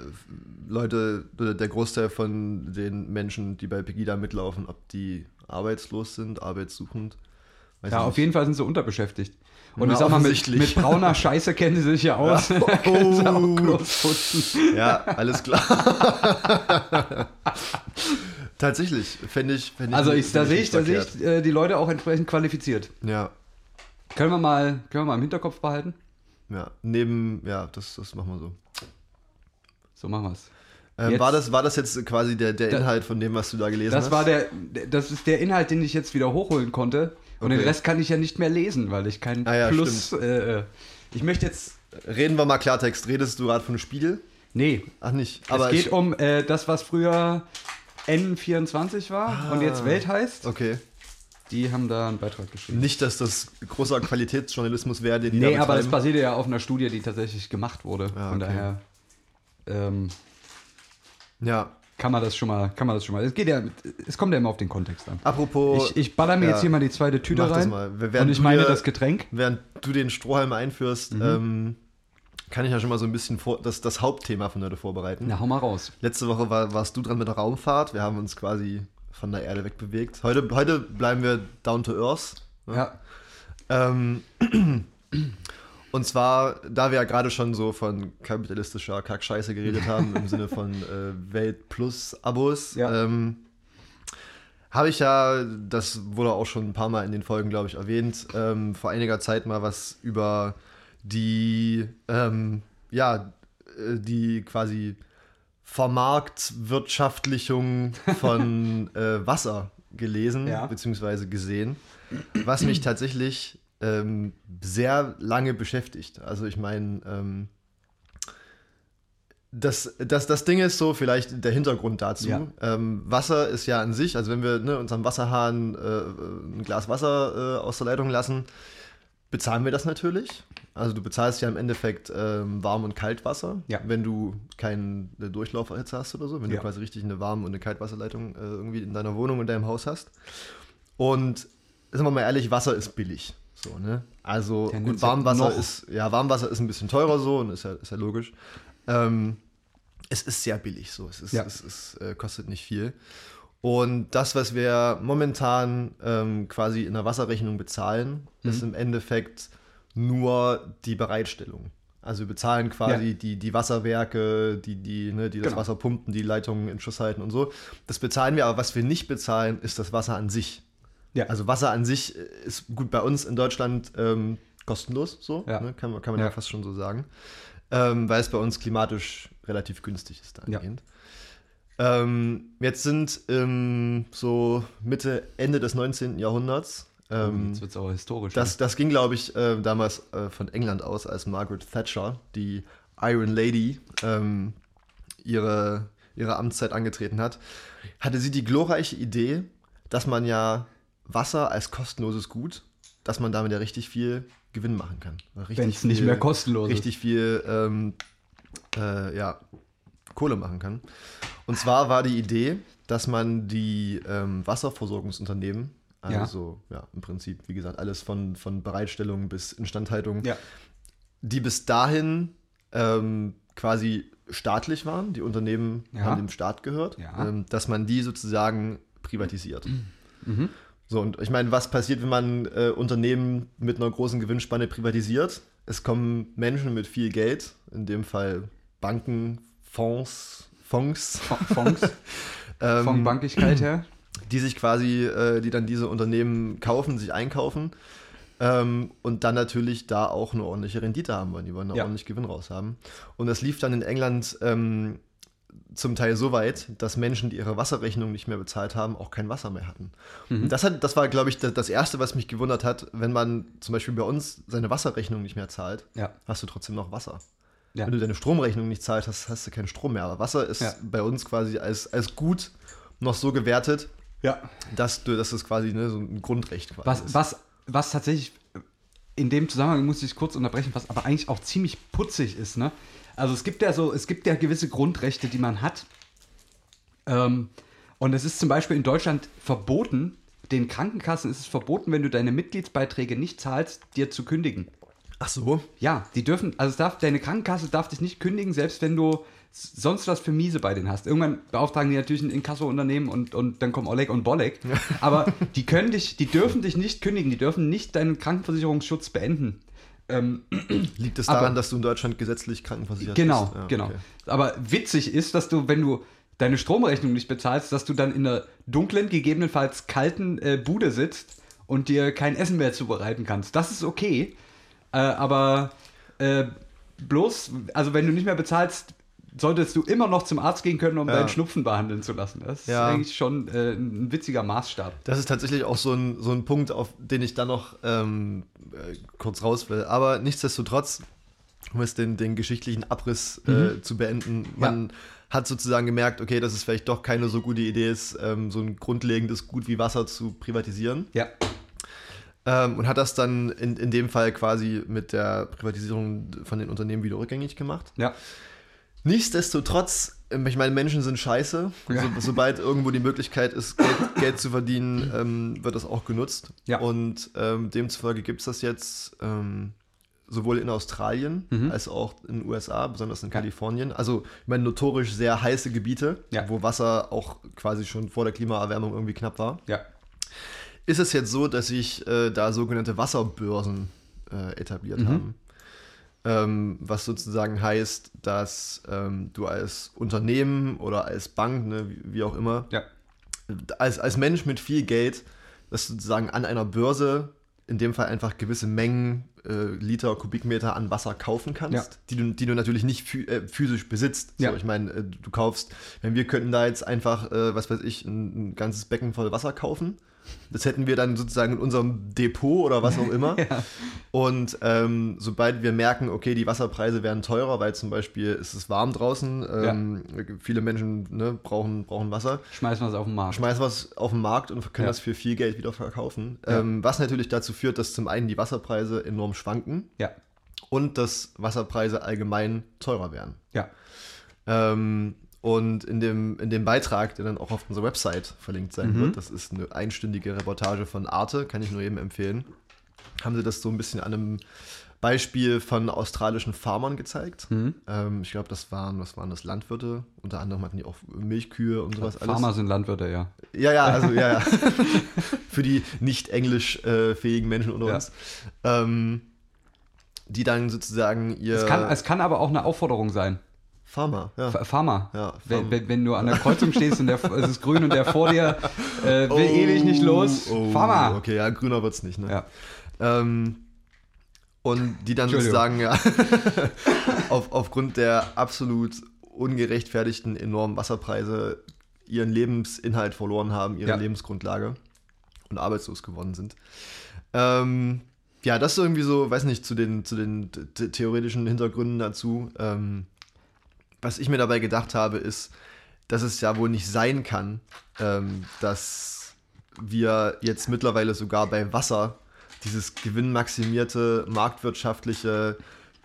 Speaker 1: Leute, oder der Großteil von den Menschen, die bei Pegida mitlaufen, ob die arbeitslos sind, arbeitssuchend. Weiß
Speaker 2: Ja,
Speaker 1: ich
Speaker 2: auf jeden Fall sind sie unterbeschäftigt. Und
Speaker 1: Na,
Speaker 2: ich sag mal, mit,
Speaker 1: offensichtlich.
Speaker 2: mit brauner Scheiße kennen sie sich ja aus.
Speaker 1: Ja.
Speaker 2: Da können sie auch
Speaker 1: Oh.
Speaker 2: Klos putzen.
Speaker 1: nicht. Ja, alles klar. Tatsächlich, fände ich, fänd ich.
Speaker 2: Also ich, da
Speaker 1: fänd
Speaker 2: sehe ich, da sehe
Speaker 1: nicht verkehrt.
Speaker 2: ich äh, die Leute auch entsprechend qualifiziert.
Speaker 1: Ja,
Speaker 2: Können wir mal, können wir mal im Hinterkopf behalten?
Speaker 1: ja. Neben, ja, das, das machen wir so.
Speaker 2: So machen wir's.
Speaker 1: Ähm,
Speaker 2: Jetzt-
Speaker 1: war, das, war das jetzt quasi der, der
Speaker 2: Da-
Speaker 1: Inhalt von dem, was du da gelesen
Speaker 2: Das
Speaker 1: hast?
Speaker 2: war der, das ist der Inhalt, den ich jetzt wieder hochholen konnte. Und den
Speaker 1: Okay.
Speaker 2: Rest kann ich ja nicht mehr lesen, weil ich keinen
Speaker 1: Ah ja,
Speaker 2: Plus. Äh, äh, ich möchte jetzt.
Speaker 1: Reden wir mal Klartext. Redest du gerade von Spiegel?
Speaker 2: Nee,
Speaker 1: Ach nicht.
Speaker 2: es geht
Speaker 1: ich,
Speaker 2: um äh, das, was früher N24 war
Speaker 1: Ah.
Speaker 2: und jetzt Welt heißt.
Speaker 1: Okay.
Speaker 2: Die haben da einen Beitrag geschrieben.
Speaker 1: Nicht, dass das großer Qualitätsjournalismus wäre, den die
Speaker 2: Nee,
Speaker 1: da
Speaker 2: aber das
Speaker 1: betreiben.
Speaker 2: basierte ja auf einer Studie, die tatsächlich gemacht wurde.
Speaker 1: Ja,
Speaker 2: Von
Speaker 1: okay.
Speaker 2: daher ähm,
Speaker 1: Ja.
Speaker 2: kann man das schon mal, kann man das schon mal. Es geht ja, es kommt ja immer auf den Kontext an.
Speaker 1: Apropos,
Speaker 2: Ich, ich baller mir
Speaker 1: ja.
Speaker 2: jetzt hier mal die zweite Tüte
Speaker 1: Mach das
Speaker 2: rein.
Speaker 1: mal. Wir werden
Speaker 2: Und ich
Speaker 1: du
Speaker 2: meine
Speaker 1: dir-
Speaker 2: das Getränk.
Speaker 1: während du den Strohhalm einführst,
Speaker 2: Mhm.
Speaker 1: ähm, kann ich ja schon mal so ein bisschen vor, das, das Hauptthema von heute vorbereiten.
Speaker 2: Na, hau mal raus.
Speaker 1: Letzte Woche war, warst du dran mit der Raumfahrt. Wir haben uns quasi von der Erde wegbewegt. Heute, heute bleiben wir down to earth. ne?
Speaker 2: Ja.
Speaker 1: Ähm, und zwar, da wir ja gerade schon so von kapitalistischer Kackscheiße geredet haben, im Sinne von äh, Welt-Plus-Abos,
Speaker 2: Ja.
Speaker 1: ähm, habe ich ja, das wurde auch schon ein paar Mal in den Folgen, glaube ich, erwähnt, ähm, vor einiger Zeit mal was über die, ähm, ja, äh, die quasi Vermarktwirtschaftlichung von äh, Wasser gelesen,
Speaker 2: Ja.
Speaker 1: beziehungsweise gesehen was mich tatsächlich ähm, sehr lange beschäftigt. Also ich meine, ähm, das, das, das Ding ist so vielleicht der Hintergrund dazu.
Speaker 2: Ja.
Speaker 1: Ähm, Wasser ist ja an sich, also wenn wir ne, unserem Wasserhahn äh, ein Glas Wasser äh, aus der Leitung lassen, bezahlen wir das natürlich. Also du bezahlst ja im Endeffekt ähm, Warm- und Kaltwasser,
Speaker 2: Ja.
Speaker 1: wenn du keinen äh, Durchlauferhitzer hast oder so, wenn
Speaker 2: Ja.
Speaker 1: du quasi richtig eine Warm- und eine Kaltwasserleitung äh, irgendwie in deiner Wohnung und deinem Haus hast. Und sagen wir mal ehrlich, Wasser ist billig. So, ne? Also
Speaker 2: Ja,
Speaker 1: gut,
Speaker 2: nützt ja
Speaker 1: Warmwasser
Speaker 2: noch.
Speaker 1: ist, ja, Warmwasser ist ein bisschen teurer so und ist ja, ist ja logisch. Ähm, es ist sehr billig so. Es, ist,
Speaker 2: Ja.
Speaker 1: es ist, äh, kostet nicht viel. Und das, was
Speaker 2: Mhm.
Speaker 1: wir momentan ähm, quasi in der Wasserrechnung bezahlen, ist im Endeffekt nur die Bereitstellung. Also wir bezahlen quasi
Speaker 2: Ja.
Speaker 1: die, die Wasserwerke, die, die, ne, die das
Speaker 2: Genau.
Speaker 1: Wasser pumpen, die Leitungen in Schuss halten und so. Das bezahlen wir, aber was wir nicht bezahlen, ist das Wasser an sich.
Speaker 2: Ja.
Speaker 1: Also Wasser an sich äh, ist gut bei uns in Deutschland ähm, kostenlos, so
Speaker 2: Ja.
Speaker 1: ne, kann, man- kann man ja.
Speaker 2: Ja.
Speaker 1: fast schon so sagen, ähm, weil es bei uns klimatisch relativ günstig ist dahingehend. Ähm, jetzt sind ähm, so Mitte, Ende des 19. Jahrhunderts, ähm,
Speaker 2: Hm, Jetzt wird es auch historisch.
Speaker 1: das, das ging glaube ich äh, damals äh, von England aus, als Margaret Thatcher, die Iron Lady, ähm, ihre, ihre Amtszeit angetreten hat, hatte sie die glorreiche Idee, dass man ja Wasser als kostenloses Gut, dass man damit ja richtig viel Gewinn machen kann. Richtig
Speaker 2: wenn es nicht
Speaker 1: viel-
Speaker 2: mehr kostenlos ist.
Speaker 1: richtig viel ähm, äh, ja, Kohle machen kann. Und zwar war die Idee, dass man die ähm, Wasserversorgungsunternehmen,
Speaker 2: Ja.
Speaker 1: also ja. im Prinzip, wie gesagt, alles von, von Bereitstellung bis Instandhaltung,
Speaker 2: ne? Ja.
Speaker 1: die bis dahin ähm, quasi staatlich waren, die Unternehmen
Speaker 2: Ja.
Speaker 1: haben dem Staat gehört,
Speaker 2: Ja.
Speaker 1: ähm, dass man die sozusagen privatisiert.
Speaker 2: Mhm.
Speaker 1: So, und ich meine, was passiert, wenn man äh, Unternehmen mit einer großen Gewinnspanne privatisiert? Es kommen Menschen mit viel Geld, in dem Fall Banken, Fonds, Fonds,
Speaker 2: Fonds,
Speaker 1: ähm,
Speaker 2: von Bankigkeit her.
Speaker 1: die sich quasi, äh, die dann diese Unternehmen kaufen, sich einkaufen ähm, und dann natürlich da auch eine ordentliche Rendite haben wollen, die wollen da
Speaker 2: Ja.
Speaker 1: ordentlich Gewinn raus haben. Und das lief dann in England ähm, zum Teil so weit, dass Menschen, die ihre Wasserrechnung nicht mehr bezahlt haben, auch kein Wasser mehr hatten.
Speaker 2: Mhm.
Speaker 1: Und das, hat, das war, glaube ich, das, das Erste, was mich gewundert hat, wenn man zum Beispiel bei uns seine Wasserrechnung nicht mehr zahlt,
Speaker 2: Ja.
Speaker 1: hast du trotzdem noch Wasser.
Speaker 2: Ja.
Speaker 1: Wenn du deine Stromrechnung nicht zahlst, hast, hast du keinen Strom mehr. Aber Wasser ist
Speaker 2: Ja.
Speaker 1: bei uns quasi als, als gut noch so gewertet,
Speaker 2: ja.
Speaker 1: dass du, dass das quasi ne, so ein Grundrecht quasi
Speaker 2: Was,
Speaker 1: ist.
Speaker 2: was, was tatsächlich in dem Zusammenhang muss ich kurz unterbrechen, was aber eigentlich auch ziemlich putzig ist, ne? Also es gibt ja so, es gibt ja gewisse Grundrechte, die man hat. Ähm, und es ist zum Beispiel in Deutschland verboten, den Krankenkassen ist es verboten, wenn du deine Mitgliedsbeiträge nicht zahlst, dir zu kündigen.
Speaker 1: Ach so.
Speaker 2: Ja, die dürfen, also es darf, deine Krankenkasse darf dich nicht kündigen, selbst wenn du s- sonst was für Miese bei denen hast. Irgendwann beauftragen die natürlich ein Inkasso-Unternehmen und, und dann kommen Oleg und Bolek. Aber die können dich, die dürfen dich nicht kündigen, die dürfen nicht deinen Krankenversicherungsschutz beenden. Ähm,
Speaker 1: Liegt es
Speaker 2: Aber-
Speaker 1: daran, dass du in Deutschland gesetzlich krankenversichert
Speaker 2: genau,
Speaker 1: bist? Ja, Ah,
Speaker 2: genau.
Speaker 1: okay.
Speaker 2: Aber witzig ist, dass du, wenn du deine Stromrechnung nicht bezahlst, dass du dann in einer dunklen, gegebenenfalls kalten äh, Bude sitzt und dir kein Essen mehr zubereiten kannst. Das ist okay, äh, aber äh, bloß, also wenn du nicht mehr bezahlst, solltest du immer noch zum Arzt gehen können, um
Speaker 1: Ja.
Speaker 2: deinen Schnupfen behandeln zu lassen. Das
Speaker 1: Ja.
Speaker 2: ist eigentlich schon äh, ein witziger Maßstab.
Speaker 1: Das ist tatsächlich auch so ein, so ein Punkt, auf den ich dann noch ähm, äh, kurz raus will. Aber nichtsdestotrotz, um jetzt den, den geschichtlichen Abriss
Speaker 2: Mhm.
Speaker 1: äh, zu beenden, man hat sozusagen gemerkt, okay, dass es vielleicht doch keine so gute Idee ist, ähm, so ein grundlegendes Gut wie Wasser zu privatisieren.
Speaker 2: Ja,
Speaker 1: Ähm, und hat das dann in, in dem Fall quasi mit der Privatisierung von den Unternehmen wieder rückgängig gemacht.
Speaker 2: ja,
Speaker 1: Nichtsdestotrotz, ähm, ich meine, Menschen sind scheiße.
Speaker 2: Ja.
Speaker 1: So, sobald irgendwo die Möglichkeit ist, Geld, Geld zu verdienen, ähm, wird das auch genutzt.
Speaker 2: Ja.
Speaker 1: Und ähm, demzufolge gibt es das jetzt ähm, sowohl in Australien
Speaker 2: Mhm.
Speaker 1: als auch in den USA, besonders in Kalifornien. Also, ich meine, notorisch sehr heiße Gebiete,
Speaker 2: Ja.
Speaker 1: wo Wasser auch quasi schon vor der Klimaerwärmung irgendwie knapp war.
Speaker 2: ja.
Speaker 1: Ist es jetzt so, dass sich äh, da sogenannte Wasserbörsen äh, etabliert haben? Ähm, was sozusagen heißt, dass ähm, du als Unternehmen oder als Bank, ne, wie, wie auch immer,
Speaker 2: Ja,
Speaker 1: als, als Mensch mit viel Geld, dass du sozusagen an einer Börse in dem Fall einfach gewisse Mengen äh, Liter, Kubikmeter an Wasser kaufen kannst,
Speaker 2: Ja.
Speaker 1: die, du, die du natürlich nicht phü äh, physisch besitzt. So,
Speaker 2: Ja.
Speaker 1: Ich meine, äh, du kaufst, wenn wir könnten da jetzt einfach, äh, was weiß ich, ein, ein ganzes Becken voll Wasser kaufen. Das hätten wir dann sozusagen in unserem Depot oder was auch immer. Und ähm, sobald wir merken, okay, die Wasserpreise werden teurer, weil zum Beispiel ist es warm draußen, ähm, viele Menschen ne, brauchen, brauchen Wasser,
Speaker 2: schmeißen wir es auf den Markt.
Speaker 1: schmeißen was auf den Markt und können
Speaker 2: Ja.
Speaker 1: das für viel Geld wieder verkaufen.
Speaker 2: Ja.
Speaker 1: Ähm, was natürlich dazu führt, dass zum einen die Wasserpreise enorm schwanken
Speaker 2: Ja,
Speaker 1: und dass Wasserpreise allgemein teurer werden.
Speaker 2: ja,
Speaker 1: Ähm, und in dem, in dem Beitrag, der dann auch auf unserer Website verlinkt sein
Speaker 2: Mhm.
Speaker 1: wird, das ist eine einstündige Reportage von Arte, kann ich nur jedem empfehlen, haben sie das so ein bisschen an einem Beispiel von australischen Farmern gezeigt.
Speaker 2: Mhm.
Speaker 1: Ähm, ich glaube, das waren, was waren das, Landwirte? Unter anderem hatten die auch Milchkühe und sowas alles.
Speaker 2: Farmer sind Landwirte, ja.
Speaker 1: Ja, ja, also ja, ja. Für die nicht englisch äh, fähigen Menschen unter
Speaker 2: Ja.
Speaker 1: uns. Ähm, die dann sozusagen ihr
Speaker 2: Es kann, es kann aber auch eine Aufforderung sein.
Speaker 1: Pharma, ja.
Speaker 2: F- Farmer.
Speaker 1: Ja,
Speaker 2: wenn,
Speaker 1: Farmer.
Speaker 2: wenn, wenn du an der Kreuzung stehst und der, es ist grün und der vor dir äh, will
Speaker 1: Oh,
Speaker 2: ewig nicht los.
Speaker 1: oh,
Speaker 2: Farmer.
Speaker 1: Okay, ja, grüner wird's nicht, ne?
Speaker 2: Ja.
Speaker 1: Ähm, und die dann
Speaker 2: Entschuldigung.
Speaker 1: sozusagen ja, auf, aufgrund der absolut ungerechtfertigten enormen Wasserpreise ihren Lebensinhalt verloren haben, ihre
Speaker 2: Ja.
Speaker 1: Lebensgrundlage und arbeitslos geworden sind. Ähm, ja, das ist irgendwie so, weiß nicht, zu den, zu den t- t- theoretischen Hintergründen dazu. Ähm, was ich mir dabei gedacht habe, ist, dass es ja wohl nicht sein kann, ähm, dass wir jetzt mittlerweile sogar bei Wasser dieses gewinnmaximierte, marktwirtschaftliche,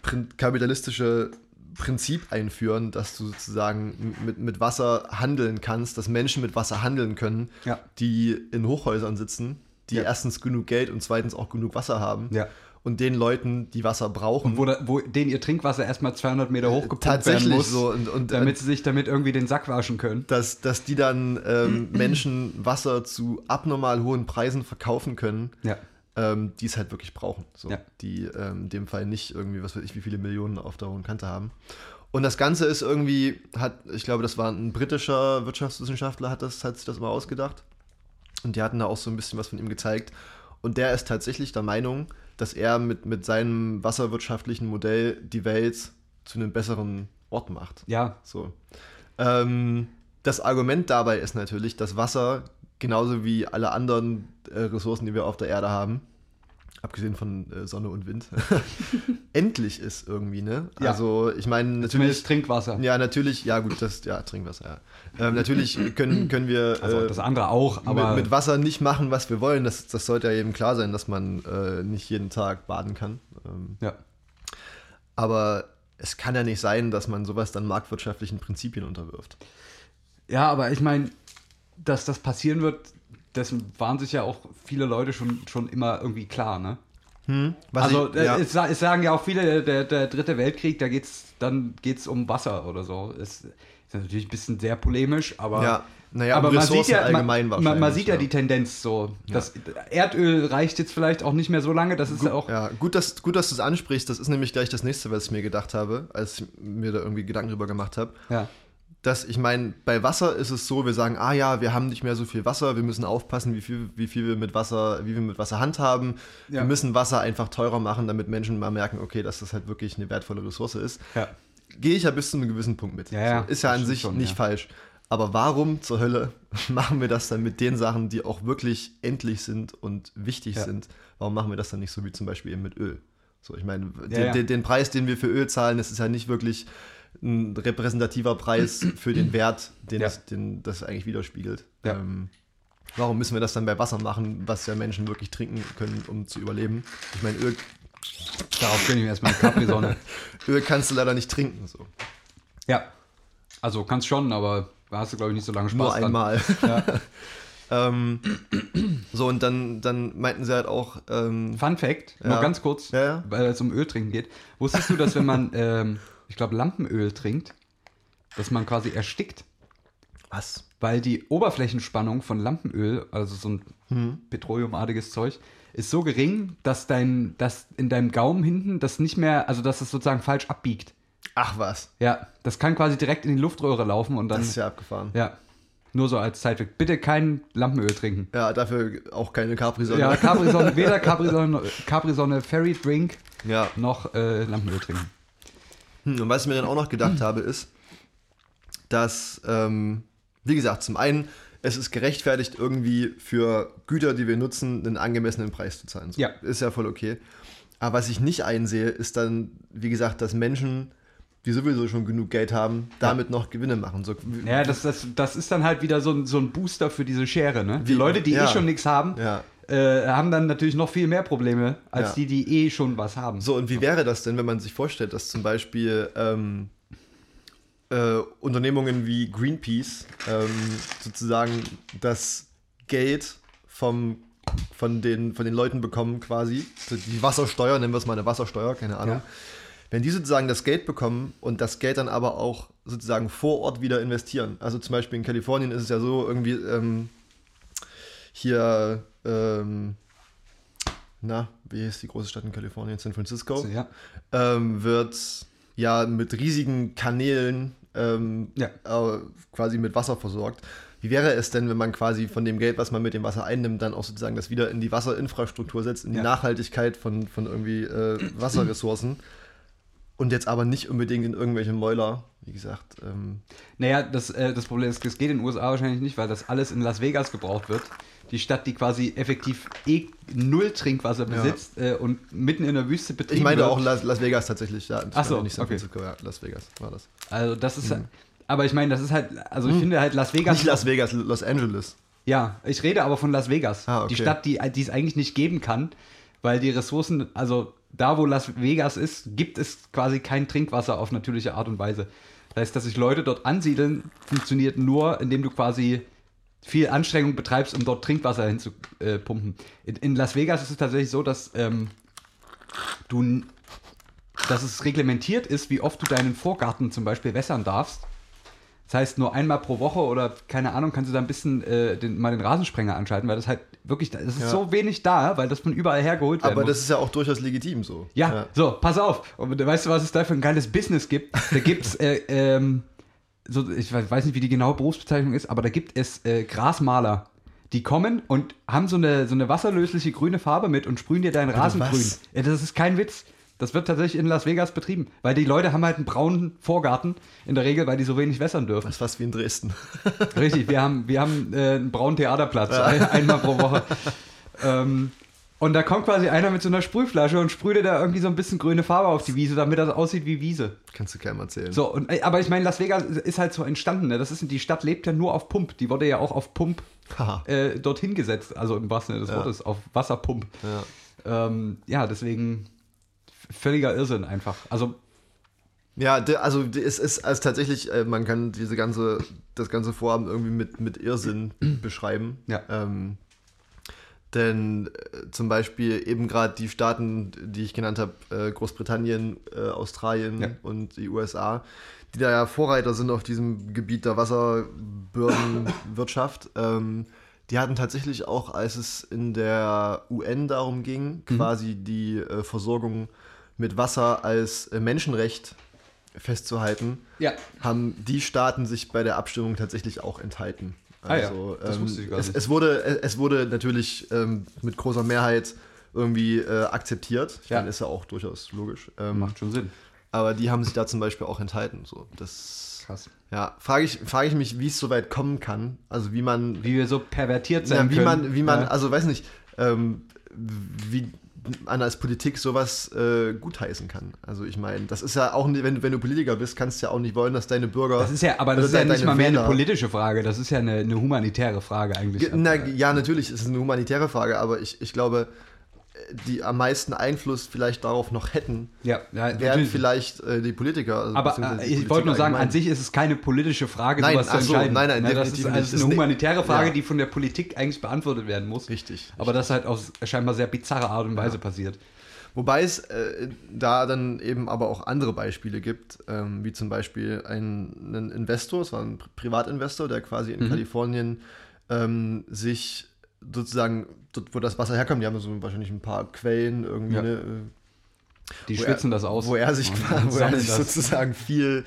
Speaker 1: prin kapitalistische Prinzip einführen, dass du sozusagen m- mit, mit Wasser handeln kannst, dass Menschen mit Wasser handeln können,
Speaker 2: Ja.
Speaker 1: die in Hochhäusern sitzen, die
Speaker 2: Ja.
Speaker 1: erstens genug Geld und zweitens auch genug Wasser haben
Speaker 2: Ja.
Speaker 1: und den Leuten, die Wasser brauchen,
Speaker 2: Wo, da, wo den ihr Trinkwasser erstmal 200 Meter hochgepumpt werden
Speaker 1: tatsächlich
Speaker 2: muss,
Speaker 1: so und, und äh,
Speaker 2: damit sie sich damit irgendwie den Sack waschen können.
Speaker 1: dass, dass die dann ähm, Menschen Wasser zu abnormal hohen Preisen verkaufen können,
Speaker 2: Ja.
Speaker 1: ähm, die es halt wirklich brauchen. So,
Speaker 2: Ja.
Speaker 1: Die ähm, in dem Fall nicht irgendwie, was weiß ich, wie viele Millionen auf der hohen Kante haben. Und das Ganze ist irgendwie, hat, ich glaube, das war ein britischer Wirtschaftswissenschaftler, hat, das, hat sich das mal ausgedacht. Und die hatten da auch so ein bisschen was von ihm gezeigt. Und der ist tatsächlich der Meinung, dass er mit, mit seinem wasserwirtschaftlichen Modell die Welt zu einem besseren Ort macht.
Speaker 2: Ja.
Speaker 1: So. Ähm, das Argument dabei ist natürlich, dass Wasser genauso wie alle anderen äh, Ressourcen, die wir auf der Erde haben, abgesehen von äh, Sonne und Wind, endlich ist irgendwie, ne?
Speaker 2: Ja.
Speaker 1: Also ich meine
Speaker 2: Zumindest
Speaker 1: natürlich,
Speaker 2: Trinkwasser.
Speaker 1: ja natürlich, ja gut, das, ja Trinkwasser, ja. Ähm, natürlich können, können wir
Speaker 2: Also
Speaker 1: äh,
Speaker 2: das andere auch, aber
Speaker 1: mit, mit Wasser nicht machen, was wir wollen. Das, das sollte ja jedem klar sein, dass man äh, nicht jeden Tag baden kann. Ähm,
Speaker 2: ja.
Speaker 1: aber es kann ja nicht sein, dass man sowas dann marktwirtschaftlichen Prinzipien unterwirft.
Speaker 2: Ja, aber ich meine, dass das passieren wird, dessen waren sich ja auch viele Leute schon, schon immer irgendwie klar, ne?
Speaker 1: Was
Speaker 2: also
Speaker 1: ich-
Speaker 2: äh,
Speaker 1: ja,
Speaker 2: es, sa- es sagen ja auch viele, der, der, der dritte Weltkrieg, da geht's, dann geht's um Wasser oder so. Es ist natürlich ein bisschen sehr polemisch, aber,
Speaker 1: Ja, naja,
Speaker 2: aber
Speaker 1: um
Speaker 2: man sieht
Speaker 1: Ressourcen
Speaker 2: ja
Speaker 1: allgemein
Speaker 2: man, man, man
Speaker 1: wahrscheinlich,
Speaker 2: sieht ja,
Speaker 1: ja.
Speaker 2: die Tendenz so. Das Erdöl reicht jetzt vielleicht auch nicht mehr so lange, das ist ja auch.
Speaker 1: ja, gut, dass, gut, dass du es ansprichst. Das ist nämlich gleich das nächste, was ich mir gedacht habe, als ich mir da irgendwie Gedanken drüber gemacht habe.
Speaker 2: Ja.
Speaker 1: Dass ich meine, bei Wasser ist es so, wir sagen, ah ja, wir haben nicht mehr so viel Wasser, wir müssen aufpassen, wie viel, wie viel wir mit Wasser, wie wir mit Wasser handhaben.
Speaker 2: Ja.
Speaker 1: Wir müssen Wasser einfach teurer machen, damit Menschen mal merken, okay, dass das halt wirklich eine wertvolle Ressource ist.
Speaker 2: Ja.
Speaker 1: Gehe ich ja bis zu einem gewissen Punkt mit.
Speaker 2: Ja, ja,
Speaker 1: so, ist ja
Speaker 2: das
Speaker 1: an
Speaker 2: stimmt
Speaker 1: sich
Speaker 2: schon,
Speaker 1: nicht
Speaker 2: ja.
Speaker 1: falsch. Aber warum zur Hölle machen wir das dann mit den Sachen, die auch wirklich endlich sind und wichtig
Speaker 2: Ja.
Speaker 1: sind? Warum machen wir das dann nicht so wie zum Beispiel eben mit Öl? So, ich meine, den,
Speaker 2: ja.
Speaker 1: Den, den Preis, den wir für Öl zahlen, das ist ja nicht wirklich ein repräsentativer Preis für den Wert, den,
Speaker 2: Ja.
Speaker 1: das, den das eigentlich widerspiegelt.
Speaker 2: Ja.
Speaker 1: Ähm, warum müssen wir das dann bei Wasser machen, was ja Menschen wirklich trinken können, um zu überleben? Ich meine, Öl,
Speaker 2: Darauf gönne ich mir erstmal eine Capri-Sonne.
Speaker 1: Öl kannst du leider nicht trinken, so.
Speaker 2: ja. Also kannst schon, aber hast du, glaube ich, nicht so lange Spaß
Speaker 1: Nur
Speaker 2: dran.
Speaker 1: einmal.
Speaker 2: Ja.
Speaker 1: ähm, so, und dann, dann meinten sie halt auch, ähm,
Speaker 2: Fun Fact,
Speaker 1: Ja.
Speaker 2: nur ganz kurz,
Speaker 1: Ja, ja.
Speaker 2: weil es um Öl trinken geht. Wusstest du, dass wenn man, ähm, ich glaube, Lampenöl trinkt, dass man quasi erstickt,
Speaker 1: was?
Speaker 2: weil die Oberflächenspannung von Lampenöl, also so ein
Speaker 1: Hm.
Speaker 2: petroleumartiges Zeug, ist so gering, dass dein, dass in deinem Gaumen hinten das nicht mehr, also dass es sozusagen falsch abbiegt.
Speaker 1: Ach was,
Speaker 2: Ja, das kann quasi direkt in die Luftröhre laufen und dann.
Speaker 1: das ist ja abgefahren. Ja,
Speaker 2: ja. Nur so als Zeitweg. Bitte kein Lampenöl trinken.
Speaker 1: dafür auch keine Capri-Sonne.
Speaker 2: Ja, Capri-Sonne, weder Capri-Sonne, Capri-Sonne Ferry Drink
Speaker 1: ja.
Speaker 2: noch äh, Lampenöl trinken.
Speaker 1: Hm, Und was ich mir dann auch noch gedacht habe, ist, dass, ähm, wie gesagt, zum einen, es ist gerechtfertigt, irgendwie für Güter, die wir nutzen, einen angemessenen Preis zu zahlen. So.
Speaker 2: Ja.
Speaker 1: Ist ja voll okay. Aber was ich nicht einsehe, ist dann, wie gesagt, dass Menschen, die sowieso schon genug Geld haben, damit noch Gewinne machen. So, wie-
Speaker 2: Ja, das, das, das ist dann halt wieder so ein, so ein Booster für diese Schere, ne? Die
Speaker 1: Wie-
Speaker 2: Leute, die eh
Speaker 1: ja.
Speaker 2: schon nichts haben,
Speaker 1: ja.
Speaker 2: äh, haben dann natürlich noch viel mehr Probleme, als
Speaker 1: Ja.
Speaker 2: die, die eh schon was haben.
Speaker 1: So, und wie wäre das denn, wenn man sich vorstellt, dass zum Beispiel ähm, äh, Unternehmungen wie Greenpeace ähm, sozusagen das Geld vom, von, den, von den Leuten bekommen, quasi, so die Wassersteuer, nennen wir es mal eine Wassersteuer, keine Ahnung.
Speaker 2: Ja.
Speaker 1: Wenn die sozusagen das Geld bekommen und das Geld dann aber auch sozusagen vor Ort wieder investieren. Also zum Beispiel in Kalifornien ist es ja so, irgendwie ähm, hier ähm, na, wie hieß die große Stadt in Kalifornien, San Francisco,
Speaker 2: So, ja.
Speaker 1: ähm, wird ja mit riesigen Kanälen ähm,
Speaker 2: Ja.
Speaker 1: äh, quasi mit Wasser versorgt. Wie wäre es denn, wenn man quasi von dem Geld, was man mit dem Wasser einnimmt, dann auch sozusagen das wieder in die Wasserinfrastruktur setzt, in die
Speaker 2: Ja.
Speaker 1: Nachhaltigkeit von, von irgendwie äh, Wasserressourcen und jetzt aber nicht unbedingt in irgendwelche Mäuler, wie gesagt. Ähm,
Speaker 2: Naja, das, äh, das Problem ist, das geht in den USA wahrscheinlich nicht, weil das alles in Las Vegas gebraucht wird. Die Stadt, die quasi effektiv eh null Trinkwasser besitzt äh, und mitten in der Wüste betrieben
Speaker 1: ich meine
Speaker 2: wird.
Speaker 1: auch Las, Las Vegas tatsächlich, ja. das
Speaker 2: Ach so,
Speaker 1: meine ich San
Speaker 2: okay.
Speaker 1: Francisco, ja, Las Vegas war das.
Speaker 2: Also das ist, aber ich meine, das ist halt, also ich finde halt Las Vegas.
Speaker 1: Mhm. Nicht Las Vegas, Los Angeles.
Speaker 2: Ja, ich rede aber von Las Vegas,
Speaker 1: Ah, okay.
Speaker 2: die Stadt, die, die es eigentlich nicht geben kann, weil die Ressourcen, also da, wo Las Vegas ist, gibt es quasi kein Trinkwasser auf natürliche Art und Weise. Das heißt, dass sich Leute dort ansiedeln, funktioniert nur, indem du quasi viel Anstrengung betreibst, um dort Trinkwasser hinzupumpen. Äh, pumpen. in, in Las Vegas ist es tatsächlich so, dass ähm, du, n- dass es reglementiert ist, wie oft du deinen Vorgarten zum Beispiel wässern darfst. Das heißt, nur einmal pro Woche oder keine Ahnung, kannst du da ein bisschen äh, den, mal den Rasensprenger anschalten, weil das halt wirklich, das ist
Speaker 1: Ja.
Speaker 2: so wenig da, weil das von überall hergeholt werden
Speaker 1: Aber
Speaker 2: muss.
Speaker 1: das ist ja auch durchaus legitim so.
Speaker 2: Ja, so, pass auf. Und weißt du, was es da für ein geiles Business gibt? Da gibt es, äh, ähm, so, ich we- weiß nicht, wie die genaue Berufsbezeichnung ist, aber da gibt es äh, Grasmaler. Die kommen und haben so eine, so eine wasserlösliche grüne Farbe mit und sprühen dir deinen Rasen
Speaker 1: was?
Speaker 2: grün. Ja, das ist kein Witz. Das wird tatsächlich in Las Vegas betrieben, weil die Leute haben halt einen braunen Vorgarten, in der Regel, weil die so wenig wässern dürfen.
Speaker 1: Das ist fast wie in Dresden.
Speaker 2: Richtig, wir haben, wir haben äh, einen braunen Theaterplatz, ein, einmal pro Woche. ähm, und da kommt quasi einer mit so einer Sprühflasche und sprüht dir da irgendwie so ein bisschen grüne Farbe auf die Wiese, damit das aussieht wie Wiese.
Speaker 1: Kannst du keinem erzählen.
Speaker 2: So, und, äh, aber ich meine, Las Vegas ist halt so entstanden. Ne? Das ist, die Stadt lebt ja nur auf Pump. Die wurde ja auch auf Pump
Speaker 1: Haha.
Speaker 2: äh, dorthin gesetzt, also im wahrsten Sinne des Wortes, auf Wasserpump.
Speaker 1: Ja.
Speaker 2: Ähm, ja, deswegen f- völliger Irrsinn einfach. Also,
Speaker 1: Ja, de- also de- es ist also tatsächlich, äh, man kann diese ganze, das ganze Vorhaben irgendwie mit, mit Irrsinn beschreiben.
Speaker 2: Ja.
Speaker 1: Ähm, denn äh, zum Beispiel eben gerade die Staaten, die ich genannt habe, äh, Großbritannien, äh, Australien
Speaker 2: Ja.
Speaker 1: und die USA, die da ja Vorreiter sind auf diesem Gebiet der Wasserbürgenwirtschaft, ähm, die hatten tatsächlich auch, als es in der UN darum ging,
Speaker 2: Mhm.
Speaker 1: quasi die äh, Versorgung mit Wasser als äh, Menschenrecht festzuhalten,
Speaker 2: ja,
Speaker 1: haben die Staaten sich bei der Abstimmung tatsächlich auch enthalten. Also, ähm,
Speaker 2: Ah ja, das wusste ich gar
Speaker 1: es,
Speaker 2: nicht.
Speaker 1: Es wurde, äh, es wurde natürlich ähm, mit großer Mehrheit irgendwie äh, akzeptiert. Ich
Speaker 2: Ja.
Speaker 1: meine, ist ja auch durchaus logisch. Ähm,
Speaker 2: macht schon Sinn.
Speaker 1: aber die haben sich da zum Beispiel auch enthalten. So, das,
Speaker 2: Krass.
Speaker 1: ja, frage ich, frage ich mich, wie es so weit kommen kann. Also wie man,
Speaker 2: Wie wir so pervertiert
Speaker 1: ja,
Speaker 2: sein
Speaker 1: wie
Speaker 2: können.
Speaker 1: man, wie man,
Speaker 2: Ja.
Speaker 1: also weiß nicht, ähm, wie man als Politik sowas äh, gutheißen kann. Also ich meine, das ist ja auch, nicht- wenn du, wenn du Politiker bist, kannst du ja auch nicht wollen, dass deine Bürger.
Speaker 2: Das ist ja, aber das
Speaker 1: oder
Speaker 2: ist ja
Speaker 1: Also de-
Speaker 2: nicht
Speaker 1: deine
Speaker 2: mal mehr eine
Speaker 1: Wähler-
Speaker 2: politische Frage, das ist ja eine, eine humanitäre Frage eigentlich.
Speaker 1: Ge- Na, ja, natürlich ist es eine humanitäre Frage, aber ich, ich glaube, die am meisten Einfluss vielleicht darauf noch hätten,
Speaker 2: ja, ja,
Speaker 1: wären
Speaker 2: natürlich.
Speaker 1: vielleicht äh, die Politiker. also
Speaker 2: aber
Speaker 1: beziehungsweise
Speaker 2: äh,
Speaker 1: die
Speaker 2: ich wollte nur
Speaker 1: Politik
Speaker 2: sagen,
Speaker 1: allgemein.
Speaker 2: an sich ist es keine politische Frage,
Speaker 1: Nein,
Speaker 2: sowas zu
Speaker 1: ach so,
Speaker 2: entscheiden.
Speaker 1: nein, nein,
Speaker 2: Na, das
Speaker 1: definitiv
Speaker 2: ist, also
Speaker 1: nicht.
Speaker 2: es
Speaker 1: Ist
Speaker 2: ist eine
Speaker 1: ne-
Speaker 2: humanitäre Frage,
Speaker 1: Ja.
Speaker 2: die von der Politik eigentlich beantwortet werden muss.
Speaker 1: Richtig.
Speaker 2: Aber das halt auf scheinbar sehr bizarre Art und Weise passiert.
Speaker 1: Wobei es äh, da dann eben aber auch andere Beispiele gibt, ähm, wie zum Beispiel ein, einen Investor, es war ein Pri- Privatinvestor, der quasi
Speaker 2: Mhm.
Speaker 1: in Kalifornien ähm, sich sozusagen, dort wo das Wasser herkommt, die haben so wahrscheinlich ein paar Quellen irgendwie,
Speaker 2: Ja.
Speaker 1: ne, äh,
Speaker 2: Die
Speaker 1: Wo er-
Speaker 2: schwitzen das aus.
Speaker 1: wo er sich,
Speaker 2: und
Speaker 1: qua- wo er
Speaker 2: sammeln
Speaker 1: sich
Speaker 2: das.
Speaker 1: sozusagen viel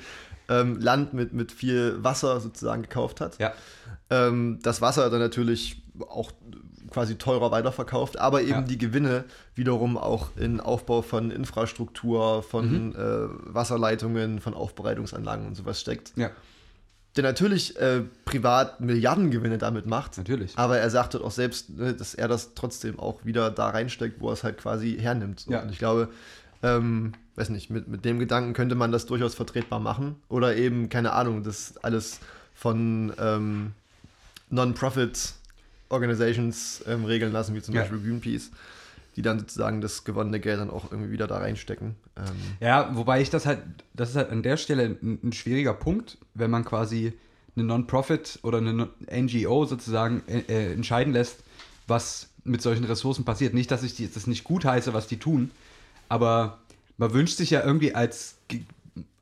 Speaker 1: ähm, Land mit, mit viel Wasser sozusagen gekauft hat.
Speaker 2: Ja,
Speaker 1: Ähm, das Wasser dann natürlich auch quasi teurer weiterverkauft, aber eben
Speaker 2: Ja.
Speaker 1: die Gewinne wiederum auch in Aufbau von Infrastruktur, von
Speaker 2: Mhm.
Speaker 1: äh, Wasserleitungen, von Aufbereitungsanlagen und sowas steckt.
Speaker 2: ja,
Speaker 1: Der natürlich äh, privat Milliardengewinne damit macht,
Speaker 2: natürlich.
Speaker 1: aber er sagt dort auch selbst, ne, dass er das trotzdem auch wieder da reinsteckt, wo er es halt quasi hernimmt. So.
Speaker 2: Ja.
Speaker 1: Und ich glaube, ähm, weiß nicht, mit, mit dem Gedanken könnte man das durchaus vertretbar machen. Oder eben, keine Ahnung, das alles von ähm, Non-Profit Organizations ähm, regeln lassen, wie zum
Speaker 2: Ja.
Speaker 1: Beispiel Greenpeace, die dann sozusagen das gewonnene Geld dann auch irgendwie wieder da reinstecken. Ähm,
Speaker 2: Ja, wobei ich das halt, das ist halt an der Stelle ein, ein schwieriger Punkt, wenn man quasi eine Non-Profit oder eine Non- NGO sozusagen äh, äh, entscheiden lässt, was mit solchen Ressourcen passiert. Nicht, dass ich die, das nicht gut heiße, was die tun, aber man wünscht sich ja irgendwie als ge-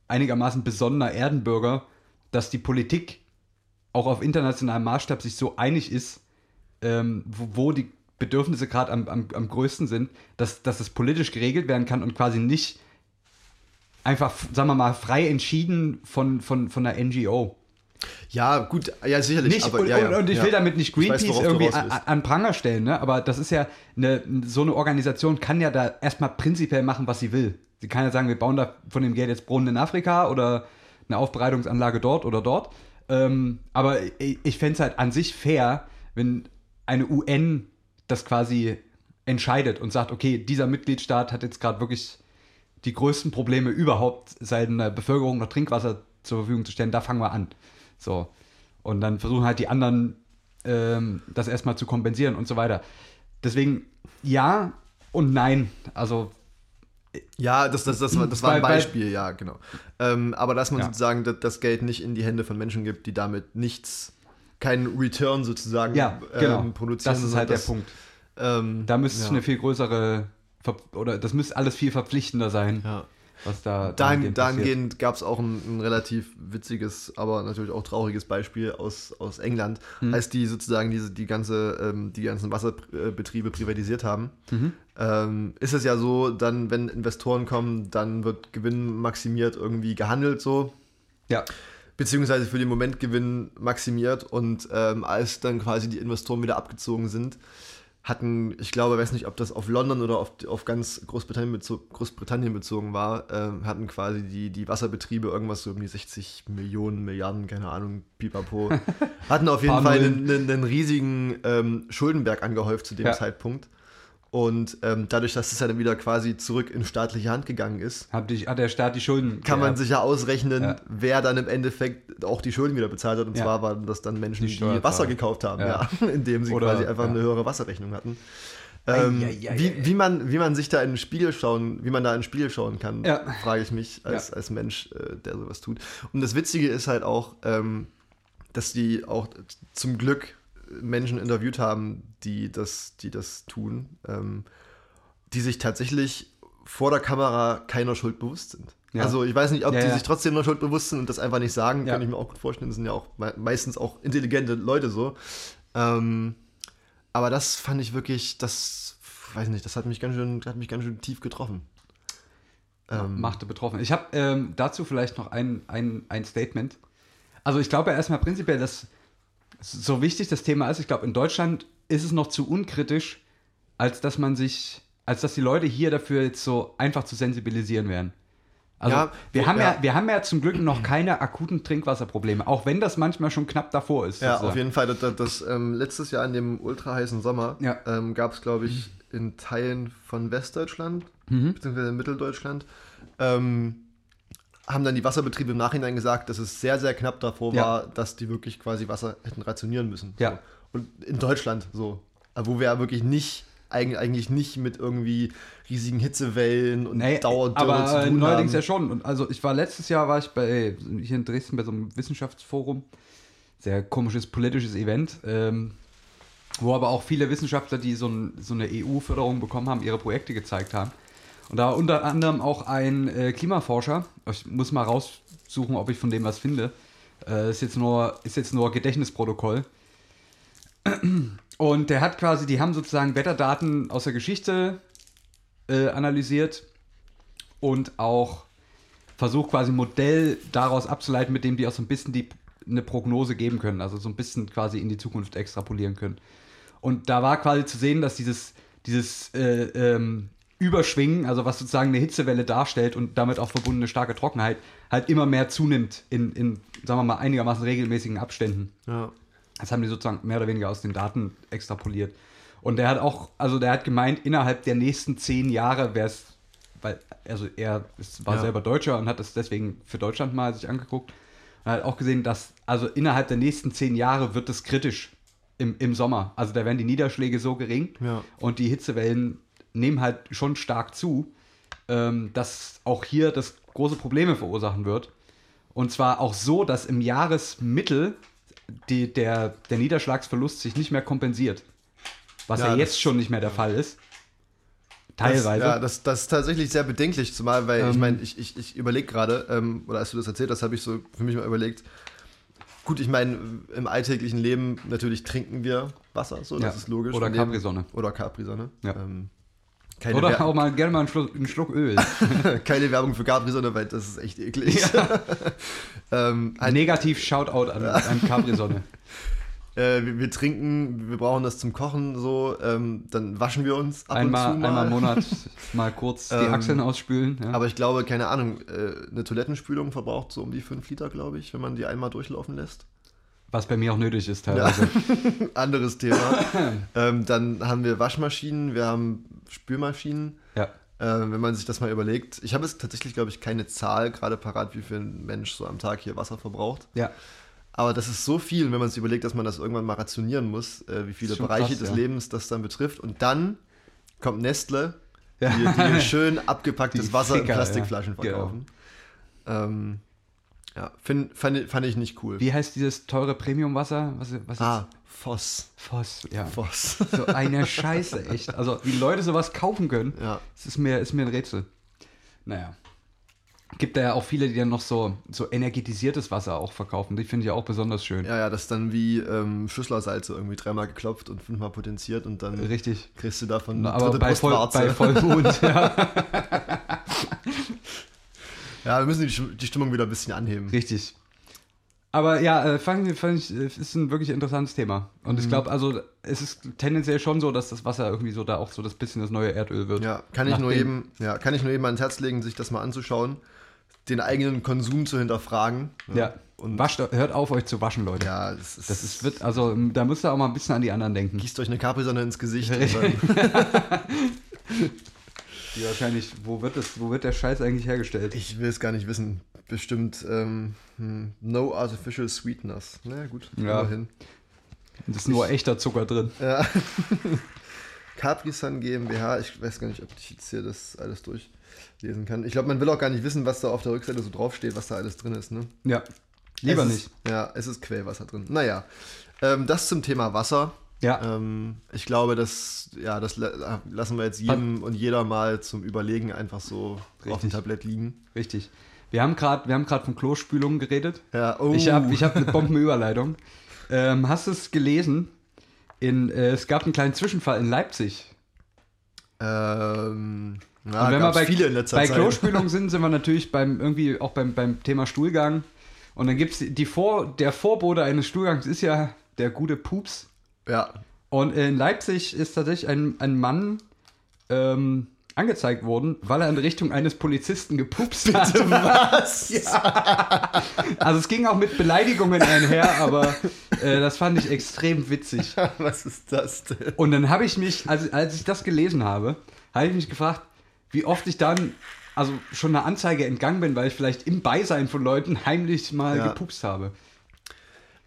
Speaker 2: einigermaßen besonnener Erdenbürger, dass die Politik auch auf internationalem Maßstab sich so einig ist, ähm, wo, wo die Bedürfnisse gerade am, am, am größten sind, dass, dass das politisch geregelt werden kann und quasi nicht einfach, sagen wir mal, frei entschieden von, von, von einer NGO.
Speaker 1: Ja, gut, ja, sicherlich.
Speaker 2: Nicht,
Speaker 1: aber,
Speaker 2: und,
Speaker 1: ja,
Speaker 2: und,
Speaker 1: ja,
Speaker 2: und ich
Speaker 1: ja.
Speaker 2: will damit nicht Greenpeace
Speaker 1: Ich weiß, worauf du
Speaker 2: irgendwie
Speaker 1: raus
Speaker 2: an,
Speaker 1: willst.
Speaker 2: an Pranger stellen, ne? aber das ist ja, eine, so eine Organisation kann ja da erstmal prinzipiell machen, was sie will. Sie kann ja sagen, wir bauen da von dem Geld jetzt Brunnen in Afrika oder eine Aufbereitungsanlage dort oder dort. Ähm, aber ich, ich fände es halt an sich fair, wenn eine UN das quasi entscheidet und sagt, okay, dieser Mitgliedstaat hat jetzt gerade wirklich die größten Probleme überhaupt seiner Bevölkerung noch Trinkwasser zur Verfügung zu stellen, da fangen wir an. So. Und dann versuchen halt die anderen ähm, das erstmal zu kompensieren und so weiter. Deswegen ja und nein. Also
Speaker 1: Ja, das, das, das, war- das war ein
Speaker 2: Weil- weil-
Speaker 1: Beispiel, ja, genau. Ähm, aber dass man
Speaker 2: Ja.
Speaker 1: sozusagen das, das Geld nicht in die Hände von Menschen gibt, die damit nichts, keinen Return sozusagen
Speaker 2: ja, genau.
Speaker 1: ähm, produzieren.
Speaker 2: das ist
Speaker 1: sondern
Speaker 2: halt der Punkt.
Speaker 1: Ähm,
Speaker 2: Da müsste es
Speaker 1: ja.
Speaker 2: eine viel größere Ver- oder das müsste alles viel verpflichtender sein,
Speaker 1: Ja.
Speaker 2: was da
Speaker 1: Dahin,
Speaker 2: passiert.
Speaker 1: dahingehend gab es auch ein, ein relativ witziges, aber natürlich auch trauriges Beispiel aus, aus England,
Speaker 2: Hm.
Speaker 1: als die sozusagen diese, die, ganze, ähm, die ganzen Wasserbetriebe privatisiert haben.
Speaker 2: Mhm.
Speaker 1: Ähm, ist es ja so, dann, wenn Investoren kommen, dann wird Gewinn maximiert irgendwie gehandelt so.
Speaker 2: Ja,
Speaker 1: beziehungsweise für den Moment Gewinn maximiert und ähm, als dann quasi die Investoren wieder abgezogen sind, hatten, ich glaube, weiß nicht, ob das auf London oder auf, auf ganz Großbritannien, bezo Großbritannien bezogen war, ähm, hatten quasi die, die Wasserbetriebe irgendwas so um die 60 Millionen, Milliarden, keine Ahnung, pipapo, hatten auf jeden
Speaker 2: Paar
Speaker 1: Fall einen,
Speaker 2: Nullen.
Speaker 1: einen, einen riesigen ähm, Schuldenberg angehäuft zu dem
Speaker 2: Ja.
Speaker 1: Zeitpunkt. Und ähm, dadurch, dass es ja dann wieder quasi zurück in staatliche Hand gegangen ist,
Speaker 2: hat, die, hat der Staat die Schulden.
Speaker 1: kann man
Speaker 2: geerbt.
Speaker 1: sich ja ausrechnen,
Speaker 2: Ja.
Speaker 1: wer dann im Endeffekt auch die Schulden wieder bezahlt hat. Und
Speaker 2: Ja.
Speaker 1: zwar waren das dann Menschen,
Speaker 2: Die
Speaker 1: die,
Speaker 2: Steuerzahler.
Speaker 1: Wasser gekauft haben, ja.
Speaker 2: Ja.
Speaker 1: indem sie
Speaker 2: Oder-
Speaker 1: quasi einfach
Speaker 2: ja.
Speaker 1: eine höhere Wasserrechnung hatten.
Speaker 2: Ei,
Speaker 1: Ähm,
Speaker 2: ei, ei,
Speaker 1: wie,
Speaker 2: ei.
Speaker 1: wie, man, wie man sich da in den Spiegel schauen, wie man da in den Spiegel schauen kann,
Speaker 2: Ja.
Speaker 1: frage ich mich als, als Mensch, äh, der sowas tut. Und das Witzige ist halt auch, ähm, dass die auch zum Glück Menschen interviewt haben, die das, die das tun, ähm, die sich tatsächlich vor der Kamera keiner Schuld bewusst sind.
Speaker 2: Ja.
Speaker 1: Also ich weiß nicht, ob
Speaker 2: Ja,
Speaker 1: die
Speaker 2: ja.
Speaker 1: sich trotzdem noch Schuld bewusst sind und das einfach nicht sagen,
Speaker 2: Ja.
Speaker 1: kann ich mir auch gut vorstellen. Das sind ja auch me meistens auch intelligente Leute so. Ähm, aber das fand ich wirklich, das weiß nicht, das hat mich ganz schön, hat mich ganz schön tief getroffen. Ähm,
Speaker 2: machte betroffen. Ich habe ähm, dazu vielleicht noch ein, ein, ein Statement. Also ich glaube ja erstmal prinzipiell, dass so wichtig das Thema ist, ich glaube in Deutschland ist es noch zu unkritisch, als dass man sich, als dass die Leute hier dafür jetzt so einfach zu sensibilisieren wären. Also
Speaker 1: Ja,
Speaker 2: wir,
Speaker 1: wo-
Speaker 2: haben ja.
Speaker 1: ja.
Speaker 2: wir haben ja zum Glück noch keine akuten Trinkwasserprobleme, auch wenn das manchmal schon knapp davor ist.
Speaker 1: Ja,
Speaker 2: sozusagen.
Speaker 1: auf jeden Fall. Das, das, das, ähm, letztes Jahr in dem ultraheißen Sommer
Speaker 2: Ja. Mhm.
Speaker 1: ähm, gab es, glaube ich, in Teilen von Westdeutschland, beziehungsweise in Mitteldeutschland, ähm, haben dann die Wasserbetriebe im Nachhinein gesagt, dass es sehr, sehr knapp davor
Speaker 2: Ja.
Speaker 1: war, dass die wirklich quasi Wasser hätten rationieren müssen.
Speaker 2: Ja.
Speaker 1: So. Und in Deutschland so. Aber Wo wir ja wirklich nicht, eig- eigentlich nicht mit irgendwie riesigen Hitzewellen und
Speaker 2: Nee,
Speaker 1: Dauerdürre
Speaker 2: aber
Speaker 1: zu tun
Speaker 2: neuerdings
Speaker 1: haben.
Speaker 2: ja schon. Und also ich war letztes Jahr war ich bei hier in Dresden bei so einem Wissenschaftsforum, sehr komisches politisches Event, ähm, wo aber auch viele Wissenschaftler, die so, ein, so eine EU-Förderung bekommen haben, ihre Projekte gezeigt haben. Und da war unter anderem auch ein äh, Klimaforscher. Ich muss mal raussuchen, ob ich von dem was finde. Äh, ist jetzt nur ist jetzt nur Gedächtnisprotokoll. Und der hat quasi, die haben sozusagen Wetterdaten aus der Geschichte äh, analysiert und auch versucht quasi ein Modell daraus abzuleiten, mit dem die auch so ein bisschen die, eine Prognose geben können, also so ein bisschen quasi in die Zukunft extrapolieren können. Und da war quasi zu sehen, dass dieses, dieses äh, ähm, Überschwingen, also was sozusagen eine Hitzewelle darstellt und damit auch verbundene starke Trockenheit, halt immer mehr zunimmt in, in sagen wir mal, einigermaßen regelmäßigen Abständen.
Speaker 1: Ja.
Speaker 2: Das haben die sozusagen mehr oder weniger aus den Daten extrapoliert. Und der hat auch, also der hat gemeint, innerhalb der nächsten zehn Jahre wäre es, weil, also er ist, war
Speaker 1: Ja.
Speaker 2: selber Deutscher und hat das deswegen für Deutschland mal sich angeguckt. Und hat auch gesehen, dass, also innerhalb der nächsten zehn Jahre wird es kritisch im, im Sommer. Also da werden die Niederschläge so gering
Speaker 1: Ja.
Speaker 2: und die Hitzewellen nehmen halt schon stark zu, ähm, dass auch hier das große Probleme verursachen wird. Und zwar auch so, dass im Jahresmittel die, der, der Niederschlagsverlust sich nicht mehr kompensiert. Was
Speaker 1: Ja,
Speaker 2: ja,
Speaker 1: das-
Speaker 2: jetzt schon nicht mehr der Fall ist. Teilweise.
Speaker 1: Das, ja, das, das ist tatsächlich sehr bedenklich, zumal, weil ich
Speaker 2: Ähm.
Speaker 1: meine, ich, ich, ich überlege gerade, ähm, oder als du das erzählt hast, habe ich so für mich mal überlegt, Gut, ich meine, im alltäglichen Leben natürlich trinken wir Wasser, so, das
Speaker 2: Ja.
Speaker 1: ist logisch.
Speaker 2: Oder
Speaker 1: Wir nehmen-
Speaker 2: Capri-Sonne.
Speaker 1: Oder Capri-Sonne.
Speaker 2: Ja.
Speaker 1: Ähm, keine,
Speaker 2: Oder
Speaker 1: Wer-
Speaker 2: auch mal gerne mal einen Schluck, einen Schluck Öl.
Speaker 1: keine Werbung für Capri-Sonne, weil das ist echt eklig. ähm,
Speaker 2: Ein negativ Shoutout an, an Capri-Sonne.
Speaker 1: äh, wir, wir trinken, wir brauchen das zum Kochen, so, ähm, dann waschen wir uns ab
Speaker 2: Einmal,
Speaker 1: und zu mal.
Speaker 2: einmal im Monat mal kurz die
Speaker 1: Ähm,
Speaker 2: Achseln ausspülen. Ja.
Speaker 1: Aber ich glaube, keine Ahnung, äh, eine Toilettenspülung verbraucht so um die 5 Liter, glaube ich, wenn man die einmal durchlaufen lässt.
Speaker 2: Was bei mir auch nötig ist teilweise.
Speaker 1: Anderes Thema. ähm, dann haben wir Waschmaschinen, wir haben Spülmaschinen.
Speaker 2: Ja.
Speaker 1: Äh, wenn man sich das mal überlegt. Ich habe jetzt tatsächlich, glaube ich, keine Zahl gerade parat, wie viel ein Mensch so am Tag hier Wasser verbraucht.
Speaker 2: ja.
Speaker 1: Aber das ist so viel, wenn man sich überlegt, dass man das irgendwann mal rationieren muss, äh, wie viele
Speaker 2: Ist schon
Speaker 1: Bereiche
Speaker 2: krass,
Speaker 1: des
Speaker 2: ja.
Speaker 1: Lebens das dann betrifft. Und dann kommt Nestle,
Speaker 2: Ja.
Speaker 1: die, die schön abgepacktes
Speaker 2: Die
Speaker 1: Wasser
Speaker 2: Ficker,
Speaker 1: in Plastikflaschen
Speaker 2: ja. Genau.
Speaker 1: verkaufen. Ähm, ja, find, fand, ich- fand ich nicht cool.
Speaker 2: Wie heißt dieses teure Premiumwasser? Was, was
Speaker 1: ah, Voss.
Speaker 2: ist Voss? Ja.
Speaker 1: Voss.
Speaker 2: So eine Scheiße, echt. Also, wie Leute sowas kaufen können,
Speaker 1: Ja.
Speaker 2: das ist mir, ist mir ein Rätsel. Naja. Gibt da ja auch viele, die dann noch so, so energetisiertes Wasser auch verkaufen. Die finde ich ja auch besonders schön.
Speaker 1: Ja, ja, das ist dann wie ähm, Schüsslersalze irgendwie dreimal geklopft und fünfmal potenziert und dann
Speaker 2: Richtig.
Speaker 1: kriegst du davon eine
Speaker 2: Aber
Speaker 1: dritte
Speaker 2: bei, Voll,
Speaker 1: Brustwarze.
Speaker 2: bei Vollmond, ja.
Speaker 1: Ja, wir müssen die, Stimm- die Stimmung wieder ein bisschen anheben.
Speaker 2: Richtig. Aber ja, äh, fand, ich- fand ich, äh, ist ein wirklich interessantes Thema. Und
Speaker 1: Mhm.
Speaker 2: ich glaube, also es ist tendenziell schon so, dass das Wasser irgendwie so da auch so das bisschen das neue Erdöl wird.
Speaker 1: Ja, kann ich
Speaker 2: Nach
Speaker 1: nur
Speaker 2: dem-
Speaker 1: eben, ja, kann ich nur eben ans Herz legen, sich das mal anzuschauen, den eigenen Konsum zu hinterfragen.
Speaker 2: Ja.
Speaker 1: Und
Speaker 2: Wascht, hört auf, euch zu waschen, Leute.
Speaker 1: ja, das ist,
Speaker 2: Das ist, wird, also m, da müsst ihr auch mal ein bisschen an die anderen denken.
Speaker 1: gießt euch eine Capri-Sonne ins Gesicht. und
Speaker 2: Richtig.
Speaker 1: dann-
Speaker 2: Die wahrscheinlich, wo wird das, wo wird der Scheiß eigentlich hergestellt?
Speaker 1: Ich will es gar nicht wissen. Bestimmt ähm, hm, no artificial sweeteners. Na naja, gut,
Speaker 2: Ja.
Speaker 1: immerhin.
Speaker 2: Das ist nur echter Zucker drin.
Speaker 1: Ja. Capri-Sun GmbH, ich weiß gar nicht, ob ich jetzt hier das alles durchlesen kann. Ich glaube, man will auch gar nicht wissen, was da auf der Rückseite so draufsteht, was da alles drin ist, ne?
Speaker 2: Ja. Lieber
Speaker 1: es
Speaker 2: nicht.
Speaker 1: Ist, ja, es ist Quellwasser drin. Naja, ähm, das zum Thema Wasser.
Speaker 2: Ja.
Speaker 1: Ähm, ich glaube, das, ja, das la- äh, lassen wir jetzt jedem und jeder mal zum Überlegen einfach so auf dem
Speaker 2: Richtig.
Speaker 1: Tablett liegen.
Speaker 2: Richtig. Wir haben gerade, wir haben gerade von Klospülungen geredet.
Speaker 1: Ja, oh.
Speaker 2: Ich habe ich hab eine Bombenüberleitung. ähm, hast du es gelesen? In, äh, es gab einen kleinen Zwischenfall in Leipzig.
Speaker 1: Ähm,
Speaker 2: Und
Speaker 1: na,
Speaker 2: wenn wir
Speaker 1: gab's
Speaker 2: bei,
Speaker 1: viele in letzter
Speaker 2: bei
Speaker 1: Zeit.
Speaker 2: Klospülungen sind, sind wir natürlich beim irgendwie auch beim, beim Thema Stuhlgang. Und dann gibt es die Vor, der Vorbote eines Stuhlgangs ist ja der gute Pups.
Speaker 1: ja,
Speaker 2: Und in Leipzig ist tatsächlich ein, ein Mann ähm, angezeigt worden, weil er in Richtung eines Polizisten gepupst hat.
Speaker 1: was?
Speaker 2: Also es ging auch mit Beleidigungen einher, aber äh, das fand ich extrem witzig.
Speaker 1: was ist das denn?
Speaker 2: Und dann habe ich mich, als, als ich das gelesen habe, habe ich mich gefragt, wie oft ich dann also schon einer Anzeige entgangen bin, weil ich vielleicht im Beisein von Leuten heimlich mal
Speaker 1: Ja.
Speaker 2: gepupst habe.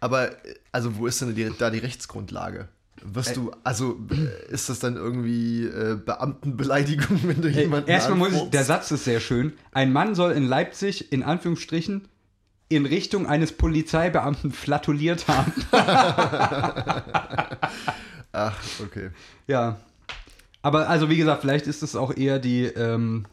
Speaker 1: Aber, äh, also, wo ist denn die, da die Rechtsgrundlage? Wirst du, also, äh, ist das dann irgendwie äh, Beamtenbeleidigung, wenn du jemanden.
Speaker 2: Äh, Erstmal muss ich,
Speaker 1: anfurzt?
Speaker 2: der Satz ist sehr schön. Ein Mann soll in Leipzig in Anführungsstrichen in Richtung eines Polizeibeamten flatuliert haben.
Speaker 1: Ach, okay.
Speaker 2: ja. Aber also wie gesagt, vielleicht ist es auch eher die. Ähm,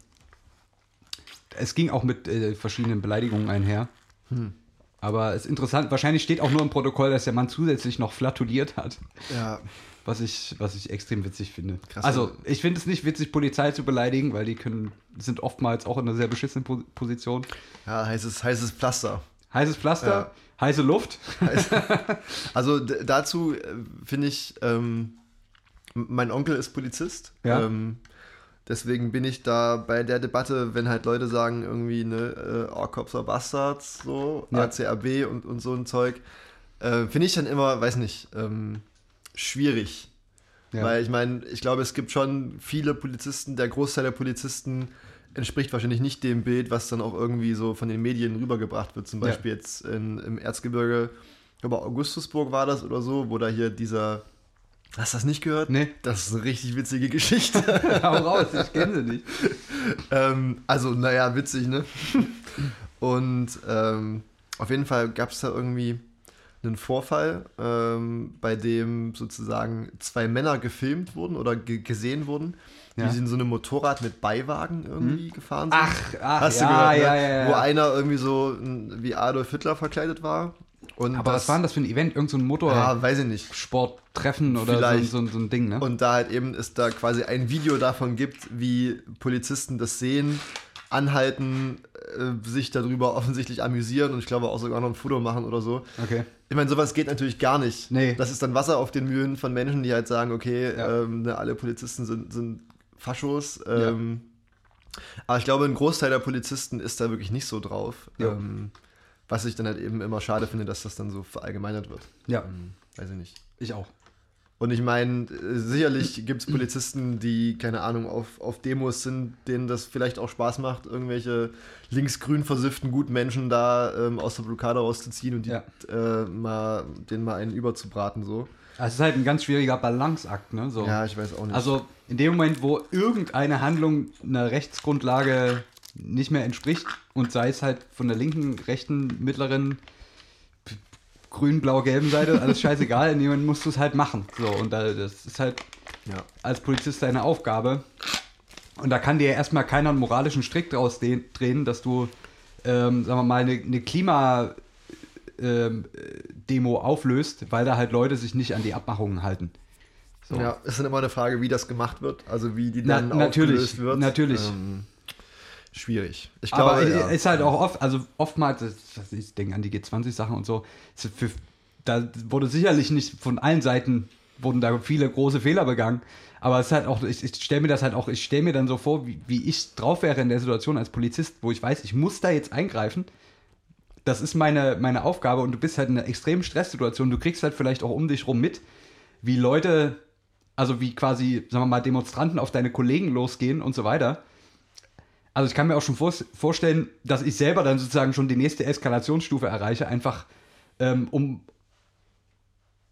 Speaker 2: es ging auch mit äh, verschiedenen Beleidigungen einher.
Speaker 1: Hm.
Speaker 2: Aber es ist interessant, wahrscheinlich steht auch nur im Protokoll, dass der Mann zusätzlich noch flatuliert hat,
Speaker 1: Ja,
Speaker 2: was ich, was ich extrem witzig finde.
Speaker 1: Krass.
Speaker 2: also, ich finde es nicht witzig, Polizei zu beleidigen, weil die können, sind oftmals auch in einer sehr beschissenen po Position.
Speaker 1: ja heißes, heißes Pflaster.
Speaker 2: Heißes Pflaster,
Speaker 1: Ja.
Speaker 2: heiße Luft.
Speaker 1: Also d- dazu äh, finde ich, ähm, m- mein Onkel ist Polizist.
Speaker 2: Ja.
Speaker 1: Ähm, deswegen bin ich da bei der Debatte, wenn halt Leute sagen, irgendwie, ne, äh, oh, Cops are Bastards, so,
Speaker 2: Ja.
Speaker 1: ACAB und, und so ein Zeug, äh, finde ich dann immer, weiß nicht, ähm, schwierig.
Speaker 2: Ja.
Speaker 1: Weil ich meine, ich glaube, es gibt schon viele Polizisten, der Großteil der Polizisten entspricht wahrscheinlich nicht dem Bild, was dann auch irgendwie so von den Medien rübergebracht wird. Zum
Speaker 2: Ja.
Speaker 1: Beispiel jetzt in, im Erzgebirge, ich glaube Augustusburg war das oder so, wo da hier dieser. Hast du das nicht gehört?
Speaker 2: Nee.
Speaker 1: Das ist eine richtig witzige Geschichte.
Speaker 2: Hau raus, ich kenne sie nicht.
Speaker 1: Ähm, also, naja, witzig, ne? Und ähm, auf jeden Fall gab es da irgendwie einen Vorfall, ähm, bei dem sozusagen zwei Männer gefilmt wurden oder ge gesehen wurden,
Speaker 2: Ja. Hm?
Speaker 1: die sie in so einem Motorrad mit Beiwagen irgendwie gefahren sind.
Speaker 2: Ach, ach
Speaker 1: Hast
Speaker 2: ja,
Speaker 1: du gehört, ne?
Speaker 2: ja, ja, ja.
Speaker 1: wo einer irgendwie so n- wie Adolf Hitler verkleidet war Und
Speaker 2: Aber was war denn das für ein Event? Irgend so ein
Speaker 1: Ja, weiß ich nicht.
Speaker 2: Motorsporttreffen oder so,
Speaker 1: Vielleicht.
Speaker 2: so, so ein Ding, ne?
Speaker 1: Und da halt eben es da quasi ein Video davon gibt, wie Polizisten das sehen, anhalten, äh, sich darüber offensichtlich amüsieren und ich glaube auch sogar noch ein Foto machen oder so.
Speaker 2: okay.
Speaker 1: Ich meine, sowas geht natürlich gar nicht.
Speaker 2: Nee.
Speaker 1: Das ist dann Wasser auf den Mühlen von Menschen, die halt sagen, okay,
Speaker 2: Ja.
Speaker 1: ähm, ne, alle Polizisten sind, sind Faschos. Ähm, Aber ich glaube, ein Großteil der Polizisten ist da wirklich nicht so drauf.
Speaker 2: Ja.
Speaker 1: Ähm, was ich dann halt eben immer schade finde, dass das dann so verallgemeinert wird. Ähm,
Speaker 2: Ja,
Speaker 1: Weiß ich nicht.
Speaker 2: ich auch.
Speaker 1: Und ich meine, äh, sicherlich gibt es Polizisten, die, keine Ahnung, auf, auf Demos sind, denen das vielleicht auch Spaß macht, irgendwelche linksgrün versifften Gutmenschen da ähm, aus der Blockade rauszuziehen und die,
Speaker 2: Ja.
Speaker 1: äh, mal, denen mal einen überzubraten. So.
Speaker 2: Es ist halt ein ganz schwieriger Balanceakt, ne? So.
Speaker 1: Ja, ich weiß auch nicht.
Speaker 2: Also in dem Moment, wo irgendeine Handlung einer Rechtsgrundlage nicht mehr entspricht und sei es halt von der linken, rechten, mittleren, p- grün, blau, gelben Seite, alles scheißegal, in dem Moment musst du es halt machen. So, und da, das ist halt
Speaker 1: ja.
Speaker 2: als Polizist deine Aufgabe. Und da kann dir erstmal keiner einen moralischen Strick draus de- drehen, dass du, ähm, sagen wir mal, eine, eine Klima-Demo ähm, äh, auflöst, weil da halt Leute sich nicht an die Abmachungen halten. So.
Speaker 1: ja, es ist dann immer eine Frage, wie das gemacht wird, also wie die
Speaker 2: Na-
Speaker 1: dann
Speaker 2: natürlich,
Speaker 1: aufgelöst wird.
Speaker 2: natürlich.
Speaker 1: Ähm, schwierig. Ich glaube,
Speaker 2: Aber
Speaker 1: ja.
Speaker 2: ist halt auch oft, also oftmals, das- das- ich denke an die G20-Sachen und so, ist für, da wurde sicherlich nicht von allen Seiten wurden da viele große Fehler begangen. Aber es ist halt auch, ich, ich stelle mir das halt auch, ich stelle mir dann so vor, wie, wie ich drauf wäre in der Situation als Polizist, wo ich weiß, ich muss da jetzt eingreifen. Das ist meine, meine Aufgabe und du bist halt in einer extremen Stresssituation. Du kriegst halt vielleicht auch um dich rum mit, wie Leute, also wie quasi, sagen wir mal, Demonstranten auf deine Kollegen losgehen und so weiter. Also ich kann mir auch schon vor, vorstellen, dass ich selber dann sozusagen schon die nächste Eskalationsstufe erreiche, einfach ähm, um,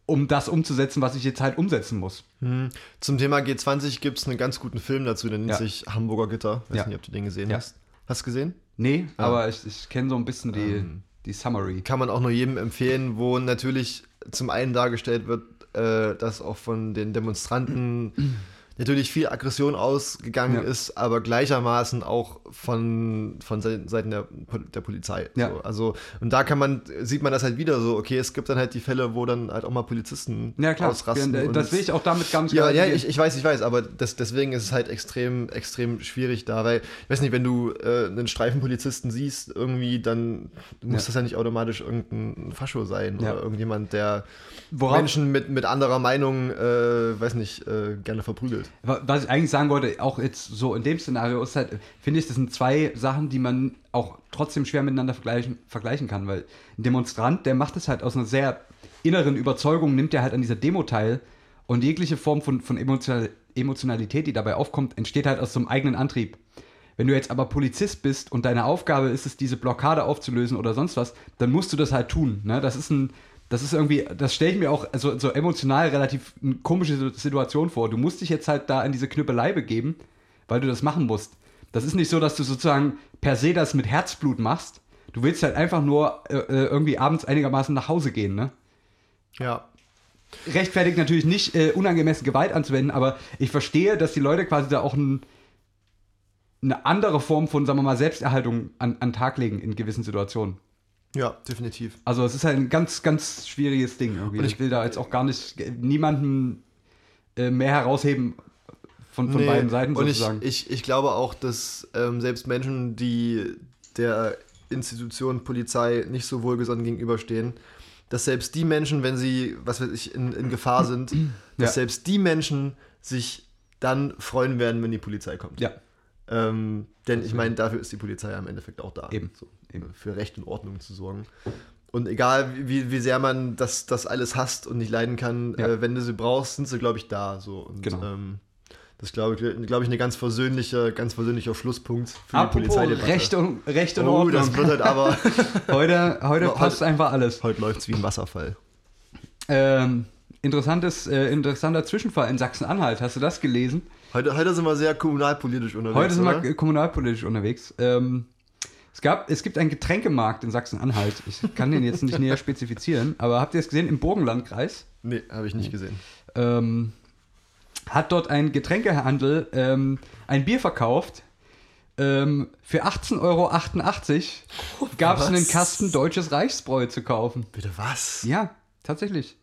Speaker 2: um das umzusetzen, was ich jetzt halt umsetzen muss.
Speaker 1: Hm. Zum Thema G20 gibt es einen ganz guten Film dazu, der nennt
Speaker 2: Ja.
Speaker 1: sich Hamburger Gitter. Weiß
Speaker 2: Ja.
Speaker 1: nicht, ob du den gesehen
Speaker 2: Ja.
Speaker 1: hast. Hast du gesehen?
Speaker 2: Nee,
Speaker 1: Ah.
Speaker 2: aber ich, ich kenne so ein bisschen die,
Speaker 1: Ähm.
Speaker 2: die Summary.
Speaker 1: kann man auch nur jedem empfehlen, wo natürlich zum einen dargestellt wird, äh, dass auch von den Demonstranten natürlich viel Aggression ausgegangen
Speaker 2: Ja.
Speaker 1: ist, aber gleichermaßen auch von, von Se- Seiten der, Pol- der Polizei.
Speaker 2: Ja.
Speaker 1: So, also, und da kann man, sieht man das halt wieder so, okay, es gibt dann halt die Fälle, wo dann halt auch mal Polizisten
Speaker 2: Ja klar,
Speaker 1: ausrasten.
Speaker 2: Ja,
Speaker 1: und-
Speaker 2: das will ich auch damit ganz
Speaker 1: ja,
Speaker 2: klar.
Speaker 1: ja,
Speaker 2: gehen.
Speaker 1: ich, ich weiß, ich weiß, aber das, deswegen ist es halt extrem, extrem schwierig da, weil, ich weiß nicht, wenn du äh, einen Streifenpolizisten siehst, irgendwie, dann muss
Speaker 2: Ja.
Speaker 1: das ja nicht automatisch irgendein Fascho sein
Speaker 2: Ja.
Speaker 1: oder irgendjemand, der
Speaker 2: Worauf-
Speaker 1: Menschen mit, mit anderer Meinung, äh, weiß nicht, äh, gerne verprügelt.
Speaker 2: Wa- Was ich eigentlich sagen wollte, auch jetzt so in dem Szenario ist halt, finde ich, das sind zwei Sachen, die man auch trotzdem schwer miteinander vergleichen, vergleichen kann, weil ein Demonstrant, der macht es halt aus einer sehr inneren Überzeugung, nimmt er halt an dieser Demo teil und jegliche Form von, von Emotional, Emotionalität, die dabei aufkommt, entsteht halt aus so einem eigenen Antrieb. Wenn du jetzt aber Polizist bist und deine Aufgabe ist es, diese Blockade aufzulösen oder sonst was, dann musst du das halt tun. Ne? Das ist ein, das ist irgendwie, das stelle ich mir auch also, so emotional relativ eine komische Situ- Situation vor. Du musst dich jetzt halt da in diese Knüppelei begeben, weil du das machen musst. Das ist nicht so, dass du sozusagen per se das mit Herzblut machst. Du willst halt einfach nur äh, äh, irgendwie abends einigermaßen nach Hause gehen, ne?
Speaker 1: Ja.
Speaker 2: rechtfertigt natürlich nicht, äh, unangemessen Gewalt anzuwenden, aber ich verstehe, dass die Leute quasi da auch ein, eine andere Form von, sagen wir mal, Selbsterhaltung an, an den Tag legen in gewissen Situationen.
Speaker 1: Ja, definitiv.
Speaker 2: Also es ist halt ein ganz, ganz schwieriges Ding irgendwie.
Speaker 1: Und
Speaker 2: ich
Speaker 1: ich-
Speaker 2: will da jetzt auch gar nicht äh, niemanden äh, mehr herausheben von, von
Speaker 1: Nee,
Speaker 2: beiden Seiten
Speaker 1: Und
Speaker 2: sozusagen.
Speaker 1: Ich, ich, ich glaube auch, dass ähm, selbst Menschen, die der Institution Polizei nicht so wohlgesonnen gegenüberstehen, dass selbst die Menschen, wenn sie, was weiß ich, in, in Gefahr sind, dass
Speaker 2: Ja.
Speaker 1: selbst die Menschen sich dann freuen werden, wenn die Polizei kommt.
Speaker 2: ja,
Speaker 1: Ähm, denn ich meine, dafür ist die Polizei ja im Endeffekt auch da.
Speaker 2: Eben,
Speaker 1: So, äh,
Speaker 2: eben.
Speaker 1: Für Recht und Ordnung zu sorgen. Und egal, wie, wie sehr man das, das alles hasst und nicht leiden kann,
Speaker 2: Ja.
Speaker 1: äh, wenn du sie brauchst, sind sie, glaube ich, da. So. Und,
Speaker 2: Genau.
Speaker 1: Ähm, das glaube ich, glaube ich, ein ganz versöhnlicher, ganz versöhnlicher Schlusspunkt für die
Speaker 2: apropos
Speaker 1: Polizeidebatte.
Speaker 2: Recht und, Recht und
Speaker 1: oh,
Speaker 2: Ordnung.
Speaker 1: das wird halt aber.
Speaker 2: heute heute
Speaker 1: Ja,
Speaker 2: passt einfach alles.
Speaker 1: Heute läuft es wie ein Wasserfall.
Speaker 2: Ähm, interessantes, äh, interessanter Zwischenfall in Sachsen-Anhalt. Hast du das gelesen?
Speaker 1: Heute, heute sind wir sehr kommunalpolitisch unterwegs.
Speaker 2: Heute sind
Speaker 1: oder?
Speaker 2: wir kommunalpolitisch unterwegs. Ähm, es, gab, es gibt einen Getränkemarkt in Sachsen-Anhalt. Ich kann den jetzt nicht näher spezifizieren, aber habt ihr es gesehen? Im Burgenlandkreis
Speaker 1: Nee, habe ich nicht gesehen.
Speaker 2: ähm, hat dort ein Getränkehandel ähm, ein Bier verkauft, Ähm, für 18,88 Euro gab es
Speaker 1: Oh, was?
Speaker 2: einen Kasten deutsches Reichsbräu zu kaufen.
Speaker 1: Bitte was?
Speaker 2: Ja, tatsächlich.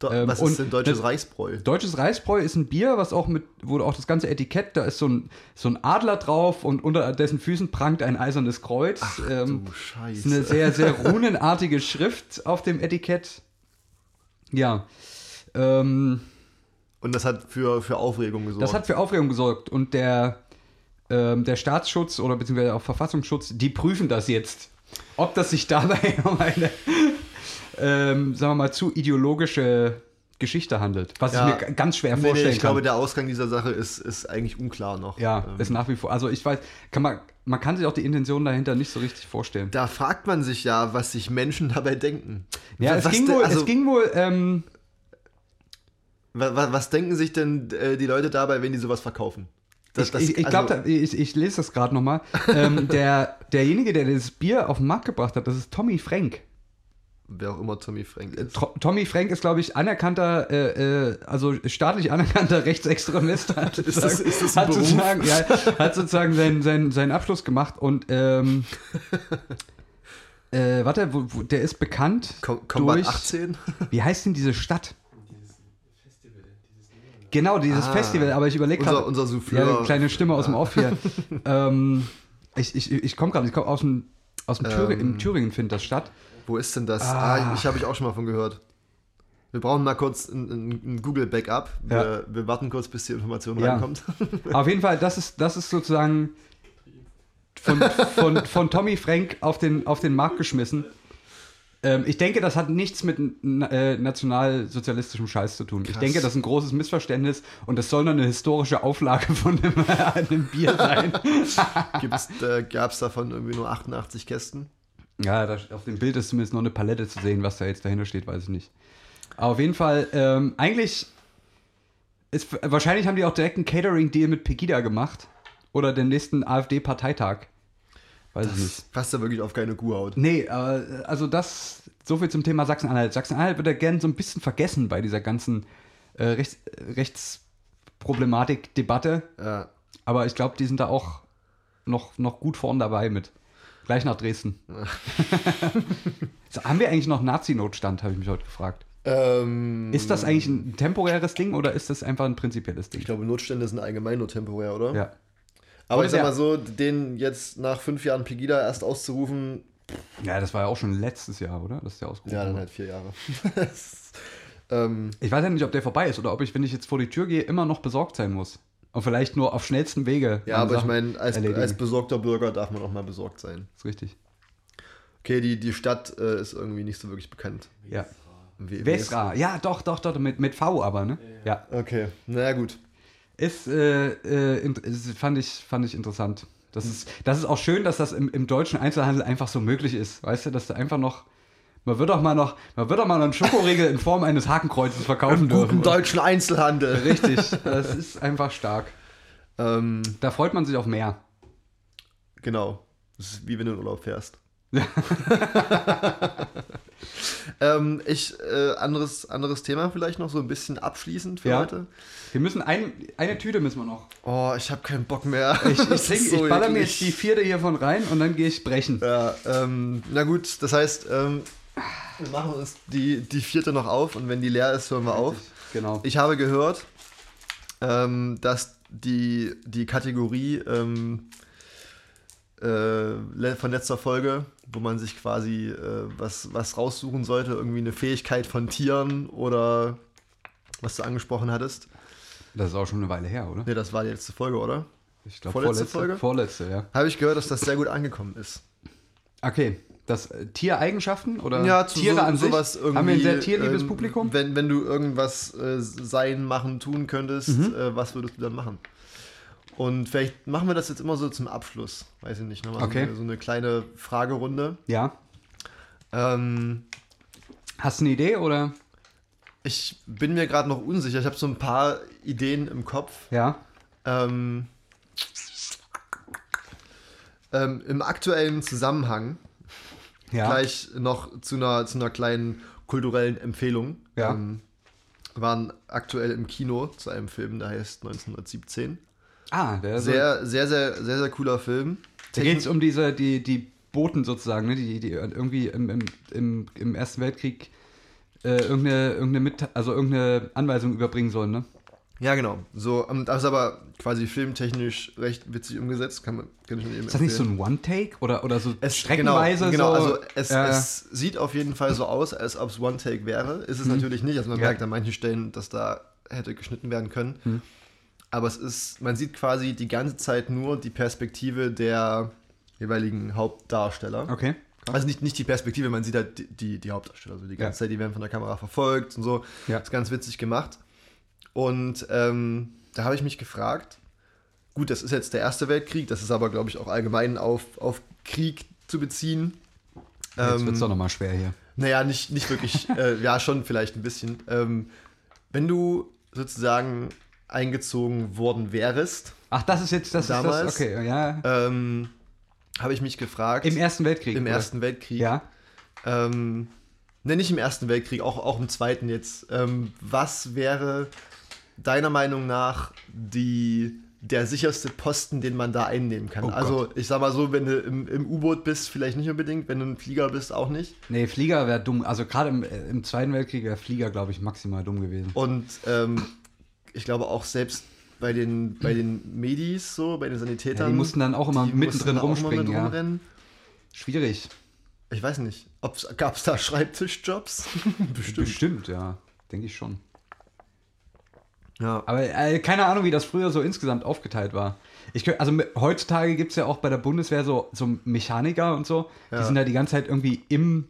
Speaker 1: Do-
Speaker 2: ähm,
Speaker 1: was
Speaker 2: und
Speaker 1: ist denn deutsches
Speaker 2: das-
Speaker 1: Reichsbräu?
Speaker 2: Deutsches Reisbräu ist ein Bier, was auch mit, wo auch das ganze Etikett, da ist so ein, so ein Adler drauf und unter dessen Füßen prangt ein eisernes Kreuz. ähm,
Speaker 1: du
Speaker 2: ist eine
Speaker 1: Oh, Scheiße.
Speaker 2: sehr, sehr runenartige Schrift auf dem Etikett. Ja. Ähm,
Speaker 1: Und das hat für, für Aufregung gesorgt.
Speaker 2: das hat für Aufregung gesorgt und der, ähm, der Staatsschutz oder beziehungsweise auch Verfassungsschutz, die prüfen das jetzt. Ob das sich dabei um eine, ähm, sagen wir mal, zu ideologische Geschichte handelt. Was
Speaker 1: Ja.
Speaker 2: ich mir g- ganz schwer
Speaker 1: Nee, nee,
Speaker 2: vorstellen
Speaker 1: ich
Speaker 2: kann.
Speaker 1: glaube, der Ausgang dieser Sache ist, ist eigentlich unklar noch.
Speaker 2: Ja,
Speaker 1: Ähm,
Speaker 2: ist nach wie vor. Also ich weiß, kann man, man kann sich auch die Intention dahinter nicht so richtig vorstellen.
Speaker 1: da fragt man sich ja, was sich Menschen dabei denken.
Speaker 2: Ja, es
Speaker 1: was
Speaker 2: ging,
Speaker 1: denn-
Speaker 2: wohl,
Speaker 1: also,
Speaker 2: es ging wohl, ähm,
Speaker 1: wa- wa- was denken sich denn äh, die Leute dabei, wenn die sowas verkaufen? Das-
Speaker 2: ich,
Speaker 1: das-
Speaker 2: ich, ich
Speaker 1: also-
Speaker 2: glaube, ich, ich lese das gerade nochmal. ähm, der, derjenige, der das Bier auf den Markt gebracht hat, das ist Tommy Frank.
Speaker 1: Wer auch immer Tommy Frank ist.
Speaker 2: Tro Tommy Frank ist, glaube ich, anerkannter, äh, äh, also staatlich anerkannter Rechtsextremist. Hat
Speaker 1: Ist das-
Speaker 2: sozusagen-
Speaker 1: ist das ein
Speaker 2: hat
Speaker 1: Beruf?
Speaker 2: sozusagen, ja, hat sozusagen seinen, seinen, seinen Abschluss gemacht und ähm, äh, warte, wo, wo, der ist bekannt.
Speaker 1: Com Combat
Speaker 2: durch-
Speaker 1: 18?
Speaker 2: Wie heißt denn diese Stadt? Genau, dieses
Speaker 1: Ah.
Speaker 2: Festival, aber ich überlege
Speaker 1: Unser,
Speaker 2: gerade.
Speaker 1: unser
Speaker 2: Ja,
Speaker 1: Souffleur.
Speaker 2: eine kleine Stimme aus dem Off hier. ähm, ich ich, ich komme gerade, ich komme aus dem, aus dem Thüringen,
Speaker 1: Ähm.
Speaker 2: im Thüringen findet das statt.
Speaker 1: Wo ist denn das? Ah, ich habe ich auch schon mal von gehört. Wir brauchen mal kurz ein, ein, ein Google-Backup. Wir, wir warten kurz, bis die Information
Speaker 2: Ja.
Speaker 1: reinkommt.
Speaker 2: Auf jeden Fall, das ist, das ist sozusagen von, von, von Tommy Frank auf den, auf den Markt geschmissen. Ähm, ich denke, das hat nichts mit n- äh, nationalsozialistischem Scheiß zu tun. Ich
Speaker 1: Krass.
Speaker 2: denke, das ist ein großes Missverständnis und das soll nur eine historische Auflage von einem, einem Bier sein.
Speaker 1: Gibt's, äh, Gab es davon irgendwie nur 88 Kästen?
Speaker 2: Ja, da, auf dem Bild ist zumindest noch eine Palette zu sehen, was da jetzt dahinter steht, weiß ich nicht. Aber auf jeden Fall, ähm, eigentlich ist, wahrscheinlich haben die auch direkt einen Catering-Deal mit Pegida gemacht. Oder den nächsten AfD-Parteitag. Weiß ich nicht.
Speaker 1: Passt ja wirklich auf keine Kuhhaut.
Speaker 2: Nee, aber, also das, so viel zum Thema Sachsen-Anhalt. Sachsen-Anhalt wird ja gern so ein bisschen vergessen bei dieser ganzen äh, Rechts, Rechtsproblematik-Debatte.
Speaker 1: Ja.
Speaker 2: Aber ich glaube, die sind da auch noch, noch gut vorn dabei mit. Gleich nach Dresden. so, haben wir eigentlich noch Nazi-Notstand, habe ich mich heute gefragt.
Speaker 1: Ähm,
Speaker 2: Ist das eigentlich ein temporäres Ding oder ist das einfach ein prinzipielles Ding?
Speaker 1: ich glaube, Notstände sind allgemein nur temporär, oder?
Speaker 2: Ja.
Speaker 1: Aber ich sag
Speaker 2: Ja.
Speaker 1: mal so, den jetzt nach fünf Jahren Pegida erst auszurufen,
Speaker 2: ja, das war ja auch schon letztes Jahr, oder? Das ist ja ausgerufen.
Speaker 1: ja, dann
Speaker 2: worden.
Speaker 1: halt vier Jahre. Das- ähm,
Speaker 2: Ich weiß ja nicht, ob der vorbei ist oder ob ich, wenn ich jetzt vor die Tür gehe, immer noch besorgt sein muss. Und vielleicht nur auf schnellstem Wege.
Speaker 1: ja,
Speaker 2: meine
Speaker 1: aber ich
Speaker 2: Sachen
Speaker 1: meine, als,
Speaker 2: erledigen.
Speaker 1: als besorgter Bürger darf man auch mal besorgt sein.
Speaker 2: Ist richtig.
Speaker 1: Okay, die, die Stadt äh, ist irgendwie nicht so wirklich bekannt.
Speaker 2: Ja.
Speaker 1: We-
Speaker 2: Vesra. Ja, doch, doch, doch. Mit, mit V aber, ne? Ja.
Speaker 1: Okay, naja gut.
Speaker 2: Ist, äh, äh, int- ist- fand, ich, fand ich interessant.
Speaker 1: Hm.
Speaker 2: Das ist, das ist auch schön, dass das im, im deutschen Einzelhandel einfach so möglich ist. Weißt du, dass du einfach noch. Man wird doch mal noch, man wird doch mal noch einen Schokoriegel in Form eines Hakenkreuzes verkaufen
Speaker 1: Guten
Speaker 2: dürfen.
Speaker 1: deutschen Einzelhandel.
Speaker 2: Richtig, das ist einfach stark.
Speaker 1: ähm,
Speaker 2: Da freut man sich auf mehr.
Speaker 1: genau. Das ist wie wenn du in Urlaub fährst. ähm, ich, äh, anderes, anderes Thema vielleicht noch so ein bisschen abschließend für
Speaker 2: Ja.
Speaker 1: heute.
Speaker 2: Wir müssen ein, eine Tüte müssen wir noch.
Speaker 1: Oh, ich habe keinen Bock mehr.
Speaker 2: Ich, ich,
Speaker 1: Das
Speaker 2: trinke,
Speaker 1: ist so
Speaker 2: ich baller mir
Speaker 1: eklig.
Speaker 2: jetzt die vierte hiervon rein und dann gehe ich brechen.
Speaker 1: Ja, ähm, na gut, das heißt, ähm, wir machen uns die, die vierte noch auf und wenn die leer ist, hören wir auf.
Speaker 2: Genau.
Speaker 1: Ich habe gehört, ähm, dass die, die Kategorie ähm, äh, le- von letzter Folge, wo man sich quasi äh, was, was raussuchen sollte, irgendwie eine Fähigkeit von Tieren oder was du angesprochen hattest.
Speaker 2: Das ist auch schon eine Weile her, oder?
Speaker 1: Ne, das war die letzte Folge, oder?
Speaker 2: Ich glaube,
Speaker 1: Vorletzte
Speaker 2: vorletzte,
Speaker 1: Folge?
Speaker 2: Vorletzte, ja.
Speaker 1: Habe ich gehört, dass das sehr gut angekommen ist.
Speaker 2: Okay, das äh, Tiereigenschaften oder
Speaker 1: Ja, zu
Speaker 2: Tiere
Speaker 1: so,
Speaker 2: an sich?
Speaker 1: sowas irgendwie.
Speaker 2: Haben wir ein sehr tierliebes
Speaker 1: ähm,
Speaker 2: Publikum?
Speaker 1: Wenn, wenn du irgendwas äh, sein, machen, tun könntest,
Speaker 2: Mhm.
Speaker 1: äh, was würdest du dann machen? Und vielleicht machen wir das jetzt immer so zum Abschluss. Weiß ich nicht, nochmal so,
Speaker 2: Okay.
Speaker 1: eine, so eine kleine Fragerunde.
Speaker 2: Ja.
Speaker 1: Ähm,
Speaker 2: Hast du eine Idee oder?
Speaker 1: ich bin mir gerade noch unsicher. Ich habe so ein paar Ideen im Kopf.
Speaker 2: Ja.
Speaker 1: Ähm, ähm, Im aktuellen Zusammenhang
Speaker 2: Ja.
Speaker 1: gleich noch zu einer, zu einer kleinen kulturellen Empfehlung.
Speaker 2: Ja.
Speaker 1: Ähm, waren aktuell im Kino zu einem Film, der heißt 1917.
Speaker 2: Ah, der
Speaker 1: Sehr, sehr, sehr, sehr, sehr cooler Film.
Speaker 2: Da geht es um diese, die, die Boten sozusagen, ne? die, die irgendwie im, im, im, im Ersten Weltkrieg äh, irgendeine, irgendeine, Mit also irgendeine Anweisung überbringen sollen, ne?
Speaker 1: Ja, genau. So, ähm, das ist aber quasi filmtechnisch recht witzig umgesetzt. Kann, man, kann ich mir eben
Speaker 2: Ist das nicht so
Speaker 1: empfehlen.
Speaker 2: ein One-Take oder, oder so
Speaker 1: es,
Speaker 2: streckenweise?
Speaker 1: Hm, Genau, genau
Speaker 2: so,
Speaker 1: also es,
Speaker 2: Ja, ja. Mhm.
Speaker 1: es sieht auf jeden Fall so aus, als ob es One Take wäre. Ist es natürlich nicht. Also man
Speaker 2: Ja. Mhm.
Speaker 1: merkt an manchen Stellen, dass da hätte geschnitten werden können. Aber es ist, man sieht quasi die ganze Zeit nur die Perspektive der jeweiligen Hauptdarsteller.
Speaker 2: Okay.
Speaker 1: Also nicht, nicht die Perspektive, man sieht halt die, die, die Hauptdarsteller. Also die ganze
Speaker 2: Ja.
Speaker 1: Zeit, die werden von der Kamera verfolgt und so.
Speaker 2: Ja.
Speaker 1: Ist ganz witzig gemacht. Und ähm, da habe ich mich gefragt, gut, das ist jetzt der Erste Weltkrieg, das ist aber, glaube ich, auch allgemein auf, auf Krieg zu beziehen.
Speaker 2: Jetzt
Speaker 1: Ähm,
Speaker 2: wird es doch nochmal schwer hier.
Speaker 1: Naja, nicht, nicht wirklich, äh, ja, schon vielleicht ein bisschen. Ähm, wenn du sozusagen eingezogen worden wärest,
Speaker 2: Ach, das ist jetzt das. ist
Speaker 1: damals-
Speaker 2: das okay, ja.
Speaker 1: ähm, habe ich mich gefragt,
Speaker 2: Im Ersten Weltkrieg.
Speaker 1: im
Speaker 2: oder?
Speaker 1: Ersten Weltkrieg,
Speaker 2: Ja.
Speaker 1: Ähm, ne, nicht im Ersten Weltkrieg, auch, auch im Zweiten jetzt. Ähm, was wäre deiner Meinung nach die, der sicherste Posten, den man da einnehmen kann?
Speaker 2: Oh
Speaker 1: also, ich sag mal so, wenn du im, im U-Boot bist, vielleicht nicht unbedingt, wenn du ein Flieger bist, auch nicht.
Speaker 2: Nee, Flieger wäre dumm. Also gerade im, äh, im Zweiten Weltkrieg wäre Flieger, glaube ich, maximal dumm gewesen.
Speaker 1: Und ähm, ich glaube auch selbst bei den, bei den Medis, so, bei den Sanitätern.
Speaker 2: Ja, die mussten dann auch immer
Speaker 1: die mussten
Speaker 2: mittendrin
Speaker 1: da auch immer
Speaker 2: rumspringen,
Speaker 1: mit
Speaker 2: ja.
Speaker 1: rumrennen.
Speaker 2: Schwierig.
Speaker 1: Ich weiß nicht, gab es da Schreibtischjobs? Bestimmt.
Speaker 2: Bestimmt, ja. Denke ich schon.
Speaker 1: Ja.
Speaker 2: Aber äh, keine Ahnung, wie das früher so insgesamt aufgeteilt war. Ich, kö- also m- heutzutage gibt es ja auch bei der Bundeswehr so, so Mechaniker und so. Die
Speaker 1: Ja.
Speaker 2: sind da die ganze Zeit irgendwie im,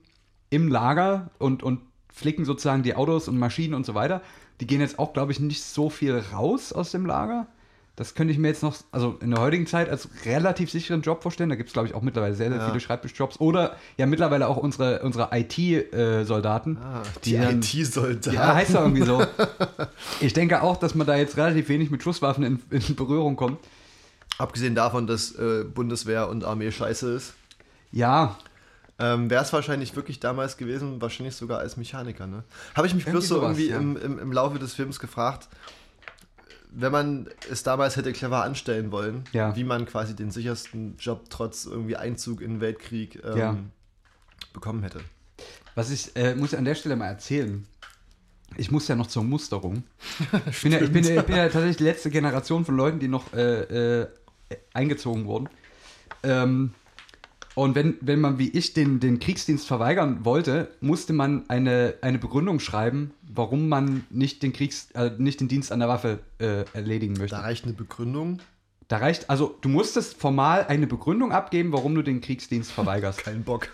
Speaker 2: im Lager und, und flicken sozusagen die Autos und Maschinen und so weiter. Die gehen jetzt auch, glaube ich, nicht so viel raus aus dem Lager. Das könnte ich mir jetzt noch, also in der heutigen Zeit, als relativ sicheren Job vorstellen. Da gibt es, glaube ich, auch mittlerweile sehr, sehr
Speaker 1: Ja.
Speaker 2: viele Schreibtischjobs. Oder ja, mittlerweile auch unsere, unsere IT-Soldaten.
Speaker 1: Ah,
Speaker 2: die
Speaker 1: die
Speaker 2: dann-
Speaker 1: IT-Soldaten.
Speaker 2: Ja, heißt doch irgendwie so. Ich denke auch, dass man da jetzt relativ wenig mit Schusswaffen in, in Berührung kommt.
Speaker 1: Abgesehen davon, dass äh, Bundeswehr und Armee scheiße ist,
Speaker 2: Ja,
Speaker 1: ähm, wäre es wahrscheinlich wirklich damals gewesen, wahrscheinlich sogar als Mechaniker. Ne? Habe ich mich
Speaker 2: Irgendwie
Speaker 1: bloß so
Speaker 2: sowas,
Speaker 1: irgendwie
Speaker 2: ja.
Speaker 1: im, im, im Laufe des Films gefragt, wenn man es damals hätte clever anstellen wollen,
Speaker 2: Ja.
Speaker 1: wie man quasi den sichersten Job trotz irgendwie Einzug in den Weltkrieg ähm,
Speaker 2: Ja.
Speaker 1: bekommen hätte.
Speaker 2: was ich äh, muss ich an der Stelle mal erzählen. Ich muss ja noch zur Musterung. Ich bin ja, ich bin, ja- ich bin ja tatsächlich die letzte Generation von Leuten, die noch äh, äh, eingezogen wurden. Ähm, und wenn, wenn man wie ich den, den Kriegsdienst verweigern wollte, musste man eine, eine Begründung schreiben, warum man nicht den, Kriegs, äh, nicht den Dienst an der Waffe äh, erledigen möchte.
Speaker 1: Da reicht eine Begründung,
Speaker 2: Da reicht, also du musstest formal eine Begründung abgeben, warum du den Kriegsdienst verweigerst.
Speaker 1: kein Bock.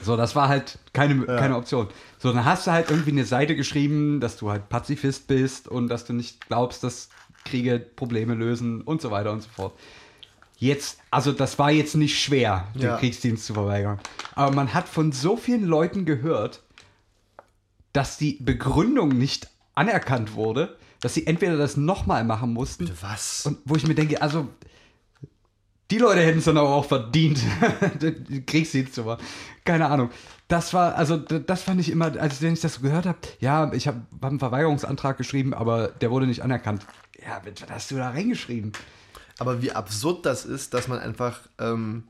Speaker 2: So, das war halt keine, keine Option. So, dann hast du halt irgendwie eine Seite geschrieben, dass du halt Pazifist bist und dass du nicht glaubst, dass Kriege Probleme lösen und so weiter und so fort. Jetzt, also das war jetzt nicht schwer, den
Speaker 1: Ja.
Speaker 2: Kriegsdienst zu verweigern. Aber man hat von so vielen Leuten gehört, dass die Begründung nicht anerkannt wurde, dass sie entweder das nochmal machen mussten
Speaker 1: Was?
Speaker 2: und wo ich mir denke, also die Leute hätten es dann aber auch verdient, den den Kriegsdienst zu machen. Keine Ahnung. Das war, also d- das fand ich immer, als wenn ich das so gehört habe, ja, ich habe hab einen Verweigerungsantrag geschrieben, aber der wurde nicht anerkannt. Ja, mit- was hast du da reingeschrieben?
Speaker 1: Aber wie absurd das ist, dass man einfach. Ähm,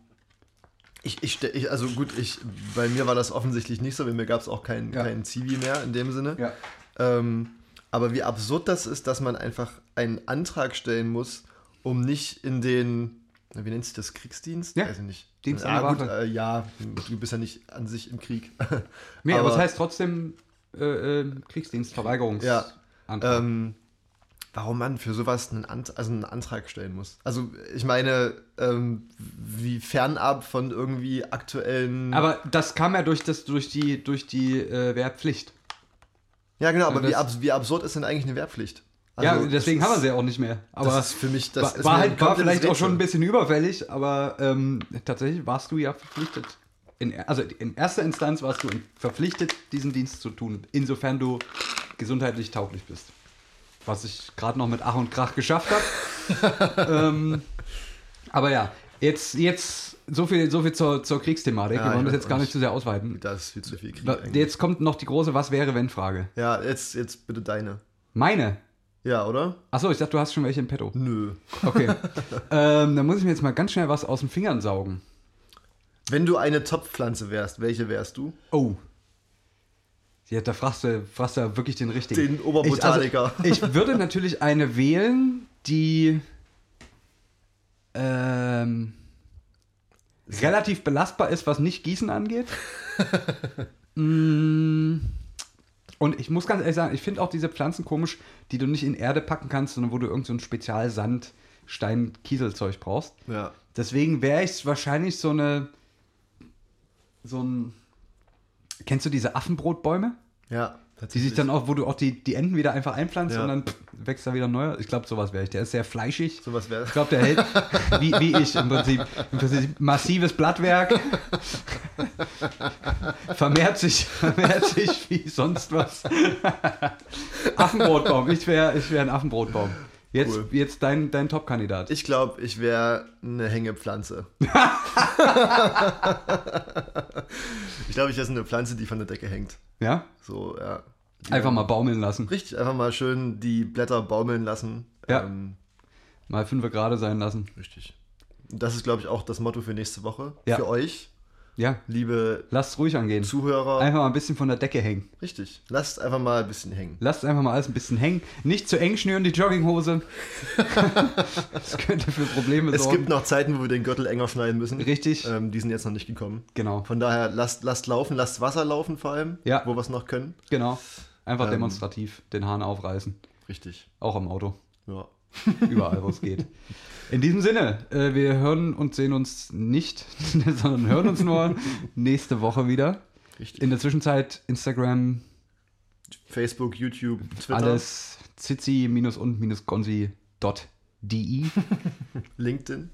Speaker 1: ich, ich, ste- ich, also gut, ich, bei mir war das offensichtlich nicht so, bei mir gab es auch keinen
Speaker 2: Ja.
Speaker 1: keinen Zivi mehr in dem Sinne.
Speaker 2: Ja.
Speaker 1: Ähm, aber wie absurd das ist, dass man einfach einen Antrag stellen muss, um nicht in den, na, wie nennt sich das, Kriegsdienst?
Speaker 2: Ja.
Speaker 1: Weiß ich nicht.
Speaker 2: Dienst
Speaker 1: ja,
Speaker 2: an der
Speaker 1: gut,
Speaker 2: Waffe.
Speaker 1: äh, ja, du bist ja nicht an sich im Krieg.
Speaker 2: Nee, aber,
Speaker 1: Aber-
Speaker 2: es heißt trotzdem äh, äh, Kriegsdienstverweigerungsantrag.
Speaker 1: Ja. ähm, warum man für sowas einen, Ant also einen Antrag stellen muss. Also ich meine, ähm, wie fernab von irgendwie aktuellen.
Speaker 2: aber das kam ja durch, das, durch die, durch die äh, Wehrpflicht.
Speaker 1: ja genau,
Speaker 2: Ja,
Speaker 1: aber wie,
Speaker 2: das-
Speaker 1: abs wie absurd ist denn eigentlich eine Wehrpflicht?
Speaker 2: ja, deswegen haben wir sie ja auch nicht mehr. Aber
Speaker 1: also das ist für mich, das
Speaker 2: war,
Speaker 1: ist
Speaker 2: war,
Speaker 1: mir ein
Speaker 2: halt, war
Speaker 1: komplettes
Speaker 2: vielleicht auch schon ein
Speaker 1: Rätsel.
Speaker 2: bisschen überfällig, aber ähm, tatsächlich warst du ja verpflichtet. In, also in erster Instanz warst du verpflichtet, diesen Dienst zu tun, insofern du gesundheitlich tauglich bist. Was ich gerade noch mit Ach und Krach geschafft habe. ähm, aber ja, jetzt, jetzt so viel, so viel zur, zur Kriegsthematik.
Speaker 1: Ja,
Speaker 2: Wir
Speaker 1: ich
Speaker 2: wollen das
Speaker 1: weiß
Speaker 2: jetzt gar
Speaker 1: auch
Speaker 2: nicht zu sehr ausweiten.
Speaker 1: Das ist viel zu viel Krieg.
Speaker 2: Wa-
Speaker 1: eigentlich.
Speaker 2: Jetzt kommt noch die große Was wäre, wenn Frage.
Speaker 1: Ja, jetzt, jetzt bitte deine.
Speaker 2: Meine.
Speaker 1: Ja, oder?
Speaker 2: Achso, ich dachte, du hast schon welche im Petto.
Speaker 1: Nö.
Speaker 2: Okay. ähm, dann muss ich mir jetzt mal ganz schnell was aus den Fingern saugen.
Speaker 1: Wenn du eine Topfpflanze wärst, welche wärst du?
Speaker 2: Oh. Ja, da fragst du, fragst du ja wirklich den richtigen.
Speaker 1: Den Oberbotaniker.
Speaker 2: Ich, also, ich würde natürlich eine wählen, die ähm, relativ belastbar ist, was nicht Gießen angeht. Mm, Und ich muss ganz ehrlich sagen, ich finde auch diese Pflanzen komisch, die du nicht in Erde packen kannst, sondern wo du irgend so ein Spezialsand, Stein, Kieselzeug brauchst.
Speaker 1: Ja.
Speaker 2: Deswegen wäre ich wahrscheinlich so eine. So ein. Kennst du diese Affenbrotbäume?
Speaker 1: Ja.
Speaker 2: Die sich dann auch, wo du auch die, die Enden wieder einfach einpflanzt
Speaker 1: Ja.
Speaker 2: und dann pff, wächst da wieder ein neuer. Ich glaube, sowas wäre ich. Der ist sehr fleischig.
Speaker 1: Sowas wäre.
Speaker 2: Ich glaube, der hält, wie, wie ich im Prinzip, im Prinzip, massives Blattwerk. Vermehrt sich, vermehrt sich wie sonst was. Affenbrotbaum. Ich wäre ich wär ein Affenbrotbaum. Jetzt,
Speaker 1: Cool.
Speaker 2: jetzt dein, dein Top-Kandidat.
Speaker 1: Ich glaube, ich wäre eine Hängepflanze. ich glaube, ich wäre so eine Pflanze, die von der Decke hängt.
Speaker 2: Ja?
Speaker 1: So, ja. Die-
Speaker 2: Einfach mal baumeln lassen.
Speaker 1: Richtig, einfach mal schön die Blätter baumeln lassen.
Speaker 2: Ja.
Speaker 1: Ähm,
Speaker 2: Mal fünf gerade sein lassen.
Speaker 1: richtig. Das ist, glaube ich, auch das Motto für nächste Woche.
Speaker 2: Ja.
Speaker 1: Für euch,
Speaker 2: Ja,
Speaker 1: liebe
Speaker 2: lasst ruhig angehen.
Speaker 1: Zuhörer.
Speaker 2: Einfach mal ein bisschen von der Decke hängen.
Speaker 1: Richtig. Lasst einfach mal ein bisschen hängen.
Speaker 2: Lasst einfach mal alles ein bisschen hängen. Nicht zu eng schnüren die Jogginghose. das könnte für Probleme
Speaker 1: Es
Speaker 2: sorgen.
Speaker 1: gibt noch Zeiten, wo wir den Gürtel enger schneiden müssen.
Speaker 2: Richtig.
Speaker 1: Ähm, die sind jetzt noch nicht gekommen.
Speaker 2: genau.
Speaker 1: Von daher lasst, lasst laufen, lasst Wasser laufen vor allem,
Speaker 2: Ja.
Speaker 1: wo wir es noch können.
Speaker 2: Genau. Einfach
Speaker 1: Ähm.
Speaker 2: demonstrativ den Hahn aufreißen.
Speaker 1: Richtig.
Speaker 2: Auch im Auto.
Speaker 1: Ja.
Speaker 2: Überall, wo es geht. In diesem Sinne, äh, wir hören und sehen uns nicht, sondern hören uns nur nächste Woche wieder.
Speaker 1: Richtig.
Speaker 2: In der Zwischenzeit Instagram,
Speaker 1: Facebook, YouTube, Twitter,
Speaker 2: alles zizi-und-gonsi.de.
Speaker 1: LinkedIn.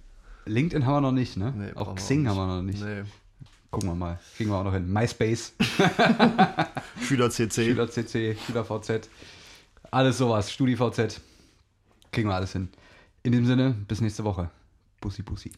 Speaker 2: LinkedIn haben wir noch nicht, ne?
Speaker 1: Nee,
Speaker 2: Auch
Speaker 1: brauchen wir
Speaker 2: Xing
Speaker 1: auch
Speaker 2: haben wir noch nicht.
Speaker 1: Nee.
Speaker 2: Gucken wir mal. Kriegen wir auch noch hin. MySpace,
Speaker 1: Schüler CC.
Speaker 2: SchülerCC, SchülerVZ. Alles sowas. StudiVZ. Kriegen wir alles hin. In dem Sinne, bis nächste Woche. Bussi, Bussi.